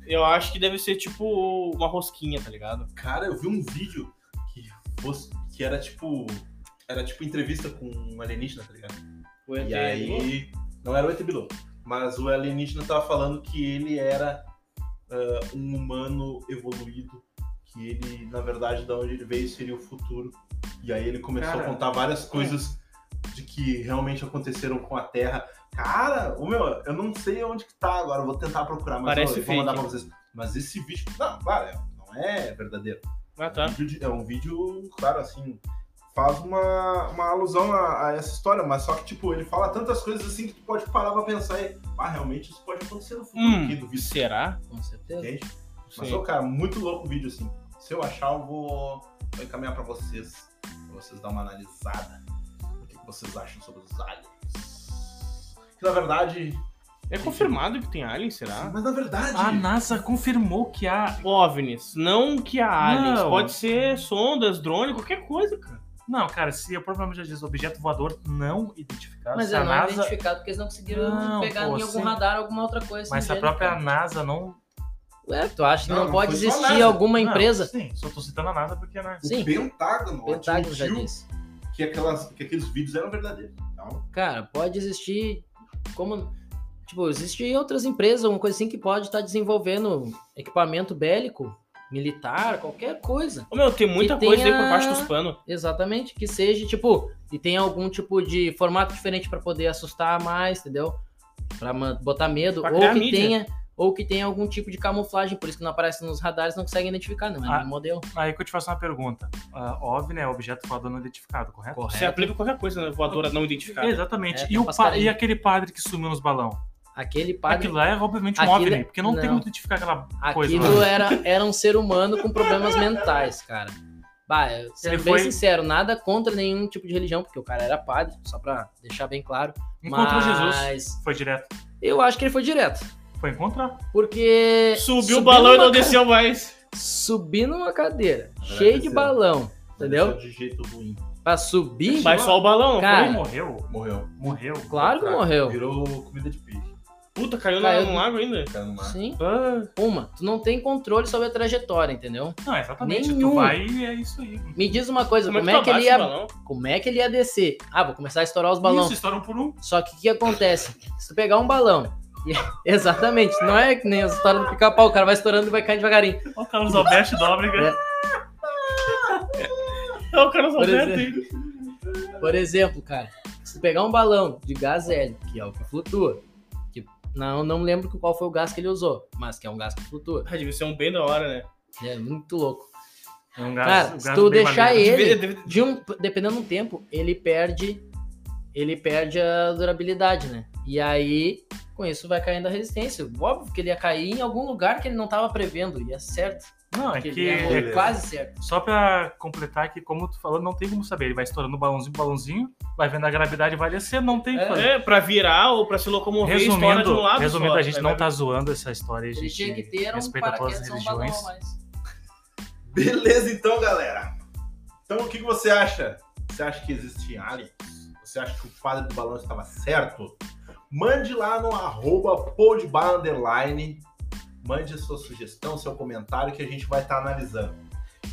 Speaker 3: Eu acho que deve ser tipo uma rosquinha, tá ligado?
Speaker 1: Cara, eu vi um vídeo que, fosse- que era tipo. Era tipo entrevista com um alienígena, tá ligado?
Speaker 3: O ET
Speaker 1: E aí. Não era o ET Bilu, mas o alienígena tava falando que ele era ah, um humano evoluído, que ele, na verdade, da onde ele veio seria o futuro. E aí ele começou
Speaker 2: Cara,
Speaker 1: a contar várias coisas de que realmente aconteceram com a Terra. Cara, o meu, eu não sei onde que tá agora, eu vou tentar procurar, mas
Speaker 3: Parece
Speaker 1: eu vou mandar
Speaker 3: fake.
Speaker 1: pra vocês. Mas esse vídeo. Não, claro, não é verdadeiro.
Speaker 3: Ah, tá.
Speaker 1: É um vídeo, é um vídeo, claro, assim, faz uma, uma alusão a, a essa história, mas só que, tipo, ele fala tantas coisas assim que tu pode parar pra pensar e, ah, realmente isso pode acontecer no futuro
Speaker 3: Hum,
Speaker 1: aqui do vídeo,
Speaker 3: Será?
Speaker 4: com certeza.
Speaker 1: entende? Mas,
Speaker 3: Sim.
Speaker 1: ô, cara, muito louco o vídeo, assim. Se eu achar, eu vou, vou encaminhar pra vocês, pra vocês dar uma analisada. O que que vocês acham sobre os aliens? Que, na verdade...
Speaker 3: É confirmado que tem alien,
Speaker 4: Ah.
Speaker 3: será?
Speaker 1: Mas, na verdade...
Speaker 2: A NASA confirmou que há.
Speaker 3: OVNIs, não que há aliens.
Speaker 2: Não.
Speaker 3: Ah, Pode ser sondas, drone, qualquer coisa, cara.
Speaker 2: Não, cara, se eu provavelmente já disse objeto voador não identificado.
Speaker 4: Mas
Speaker 2: se
Speaker 4: é
Speaker 2: a
Speaker 4: não
Speaker 2: NASA.
Speaker 4: identificado porque eles não conseguiram
Speaker 2: Não,
Speaker 4: pegar
Speaker 2: pô,
Speaker 4: em algum
Speaker 2: sim.
Speaker 4: radar alguma outra coisa.
Speaker 2: Mas
Speaker 4: assim
Speaker 2: se a
Speaker 4: dele,
Speaker 2: própria
Speaker 4: cara.
Speaker 2: NASA não.
Speaker 4: Ué, tu acha que
Speaker 1: Não,
Speaker 4: não,
Speaker 1: não
Speaker 4: pode
Speaker 1: foi só a
Speaker 4: existir
Speaker 1: NASA.
Speaker 4: alguma
Speaker 2: Não,
Speaker 4: empresa?
Speaker 2: Sim, só tô citando a NASA porque, né?
Speaker 1: O
Speaker 4: Sim.
Speaker 1: Pentágono,
Speaker 4: Pentágono já
Speaker 1: admitiu
Speaker 4: disse.
Speaker 1: que, aquelas, que aqueles vídeos eram verdadeiros. Então,
Speaker 4: Cara, pode existir como. Tipo, existem outras empresas, uma coisa assim que pode estar desenvolvendo equipamento bélico, militar, qualquer coisa.
Speaker 3: Ô, meu, tem muita
Speaker 4: Que
Speaker 3: coisa aí por
Speaker 4: tenha-
Speaker 3: baixo dos panos.
Speaker 4: Exatamente, que seja, tipo, e tem algum tipo de formato diferente para poder assustar mais, entendeu? Pra man- botar medo.
Speaker 3: Pra
Speaker 4: ou
Speaker 3: criar
Speaker 4: que
Speaker 3: mídia.
Speaker 4: tenha. Ou que tenha algum tipo de camuflagem, por isso que não aparece nos radares, não consegue identificar, não. É
Speaker 2: Ah.
Speaker 4: um modelo.
Speaker 2: Aí que eu te faço uma pergunta. Ah, OVNI é objeto voador não identificado, correto?
Speaker 4: Correto.
Speaker 3: Você aplica qualquer coisa né, voadora não identificada.
Speaker 2: Exatamente.
Speaker 4: É,
Speaker 2: e, o
Speaker 4: faz
Speaker 2: pa-
Speaker 4: carinho.
Speaker 2: e aquele padre que sumiu nos balão?
Speaker 4: Aquele padre.
Speaker 2: Aquilo lá é obviamente um
Speaker 4: Aquilo
Speaker 2: OVNI,
Speaker 4: é-
Speaker 2: porque não, tem
Speaker 4: não.
Speaker 2: como identificar aquela coisa.
Speaker 4: Aquilo era, era um ser humano com problemas mentais, cara. Bah, eu- sendo
Speaker 2: Ele
Speaker 4: bem
Speaker 2: foi-
Speaker 4: sincero, nada contra nenhum tipo de religião, porque o cara era padre, só pra deixar bem claro.
Speaker 2: Encontrou Jesus.
Speaker 4: mas
Speaker 2: Foi direto.
Speaker 4: eu acho que ele foi direto.
Speaker 2: Foi encontrar.
Speaker 4: Porque.
Speaker 3: Subiu o
Speaker 4: subir
Speaker 3: balão e
Speaker 4: numa
Speaker 3: não
Speaker 4: ca-
Speaker 3: desceu mais.
Speaker 4: Subir numa cadeira,
Speaker 1: Agora
Speaker 4: cheio de
Speaker 1: desceu.
Speaker 4: balão, entendeu?
Speaker 1: aconteceu De jeito ruim.
Speaker 4: Pra subir,
Speaker 3: Mas só o balão, não
Speaker 4: Cara.
Speaker 2: Ele morreu.
Speaker 1: Morreu.
Speaker 2: Morreu.
Speaker 4: claro que
Speaker 1: Fraco.
Speaker 4: morreu.
Speaker 1: Virou comida de peixe.
Speaker 3: foi? Puta, caiu, na-
Speaker 4: Caiu.
Speaker 3: no lago ainda.
Speaker 1: Fica no mar.
Speaker 4: Sim.
Speaker 3: Ah,
Speaker 4: Uma, tu não tem controle sobre a trajetória, entendeu?
Speaker 2: Não, exatamente.
Speaker 4: Nenhum. Tá
Speaker 2: Tu vai e é isso aí.
Speaker 4: Me diz uma coisa, como,
Speaker 3: tu
Speaker 4: é que
Speaker 3: abaixa o
Speaker 4: ele ia.
Speaker 3: tá balão?
Speaker 4: Como é que ele ia descer? Ah, vou começar a estourar os balões.
Speaker 2: Isso, estoura um por um.
Speaker 4: Só que o que acontece? Se tu pegar um balão. e- Exatamente, não é que nem a história do pica-pau, o cara vai estourando e vai caindo devagarinho.
Speaker 2: Olha o Carlos Alberto Nóbrega.
Speaker 4: É.
Speaker 3: É o Carlos
Speaker 4: Por
Speaker 3: Alberto,
Speaker 4: exemplo.
Speaker 3: hein?
Speaker 4: Por exemplo, cara, se tu pegar um balão de gás hélio, que é o que flutua, que não, não lembro qual foi o gás que ele usou, mas que é um gás que flutua,
Speaker 3: Ah, devia ser um bem da hora, né?
Speaker 4: é muito louco.
Speaker 2: É um gás,
Speaker 4: Cara,
Speaker 2: um
Speaker 4: se
Speaker 2: gás
Speaker 4: tu
Speaker 2: bem
Speaker 4: deixar
Speaker 2: maneiro.
Speaker 4: Ele-
Speaker 3: Devia- devia-
Speaker 4: De um, dependendo do tempo, ele perde ele perde a durabilidade, né? E aí, com isso, vai caindo a resistência. Óbvio que ele ia cair em algum lugar que ele não tava prevendo, e é certo.
Speaker 2: Não, é
Speaker 4: que
Speaker 2: que.
Speaker 4: ele ia morrer,
Speaker 1: é-
Speaker 4: quase certo.
Speaker 2: Só pra completar que, como tu falou, não tem como saber. Ele vai estourando o balãozinho, balãozinho, vai vendo a gravidade, vai descer, não tem o que
Speaker 4: É,
Speaker 2: fazer.
Speaker 3: É, pra virar ou pra se locomover, estoura de
Speaker 2: Resumindo,
Speaker 3: um lado
Speaker 2: resumindo
Speaker 3: só.
Speaker 2: a gente
Speaker 3: Aí
Speaker 2: não
Speaker 3: vai-
Speaker 2: tá zoando essa história, a
Speaker 4: Ele
Speaker 2: gente
Speaker 4: tinha que ter um
Speaker 2: respeita todas as
Speaker 4: paraquedas, um balão
Speaker 2: religiões.
Speaker 4: a mais.
Speaker 1: Beleza, então, galera. Então, o que, que você acha? Você acha que existe alien? Você acha que o padre do balão estava certo? Mande lá no arroba podbar underline. Mande a sua sugestão, seu comentário que a gente vai estar analisando.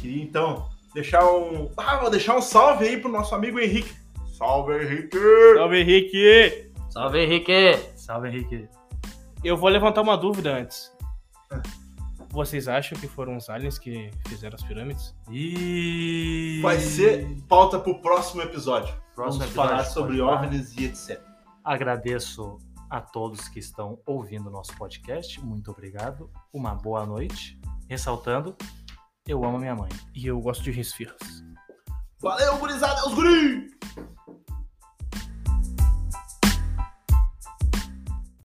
Speaker 1: Queria, então, deixar um... Ah, vou deixar um salve aí pro nosso amigo Henrique. Salve, Henrique!
Speaker 3: Salve, Henrique!
Speaker 4: Salve, Henrique!
Speaker 2: Salve, Henrique.
Speaker 3: Eu vou levantar uma dúvida antes. Vocês acham que foram os aliens que fizeram as pirâmides?
Speaker 2: E...
Speaker 1: Vai ser pauta pro próximo episódio.
Speaker 2: Próximo
Speaker 1: Vamos
Speaker 2: episódio,
Speaker 1: falar
Speaker 2: pode
Speaker 1: sobre
Speaker 2: falar.
Speaker 1: OVNIs e etc.
Speaker 2: Agradeço a todos que estão ouvindo o nosso podcast. Muito obrigado. Uma boa noite. Ressaltando, eu amo minha mãe.
Speaker 3: E eu gosto de resfirras.
Speaker 1: Valeu, gurizada! É os guris!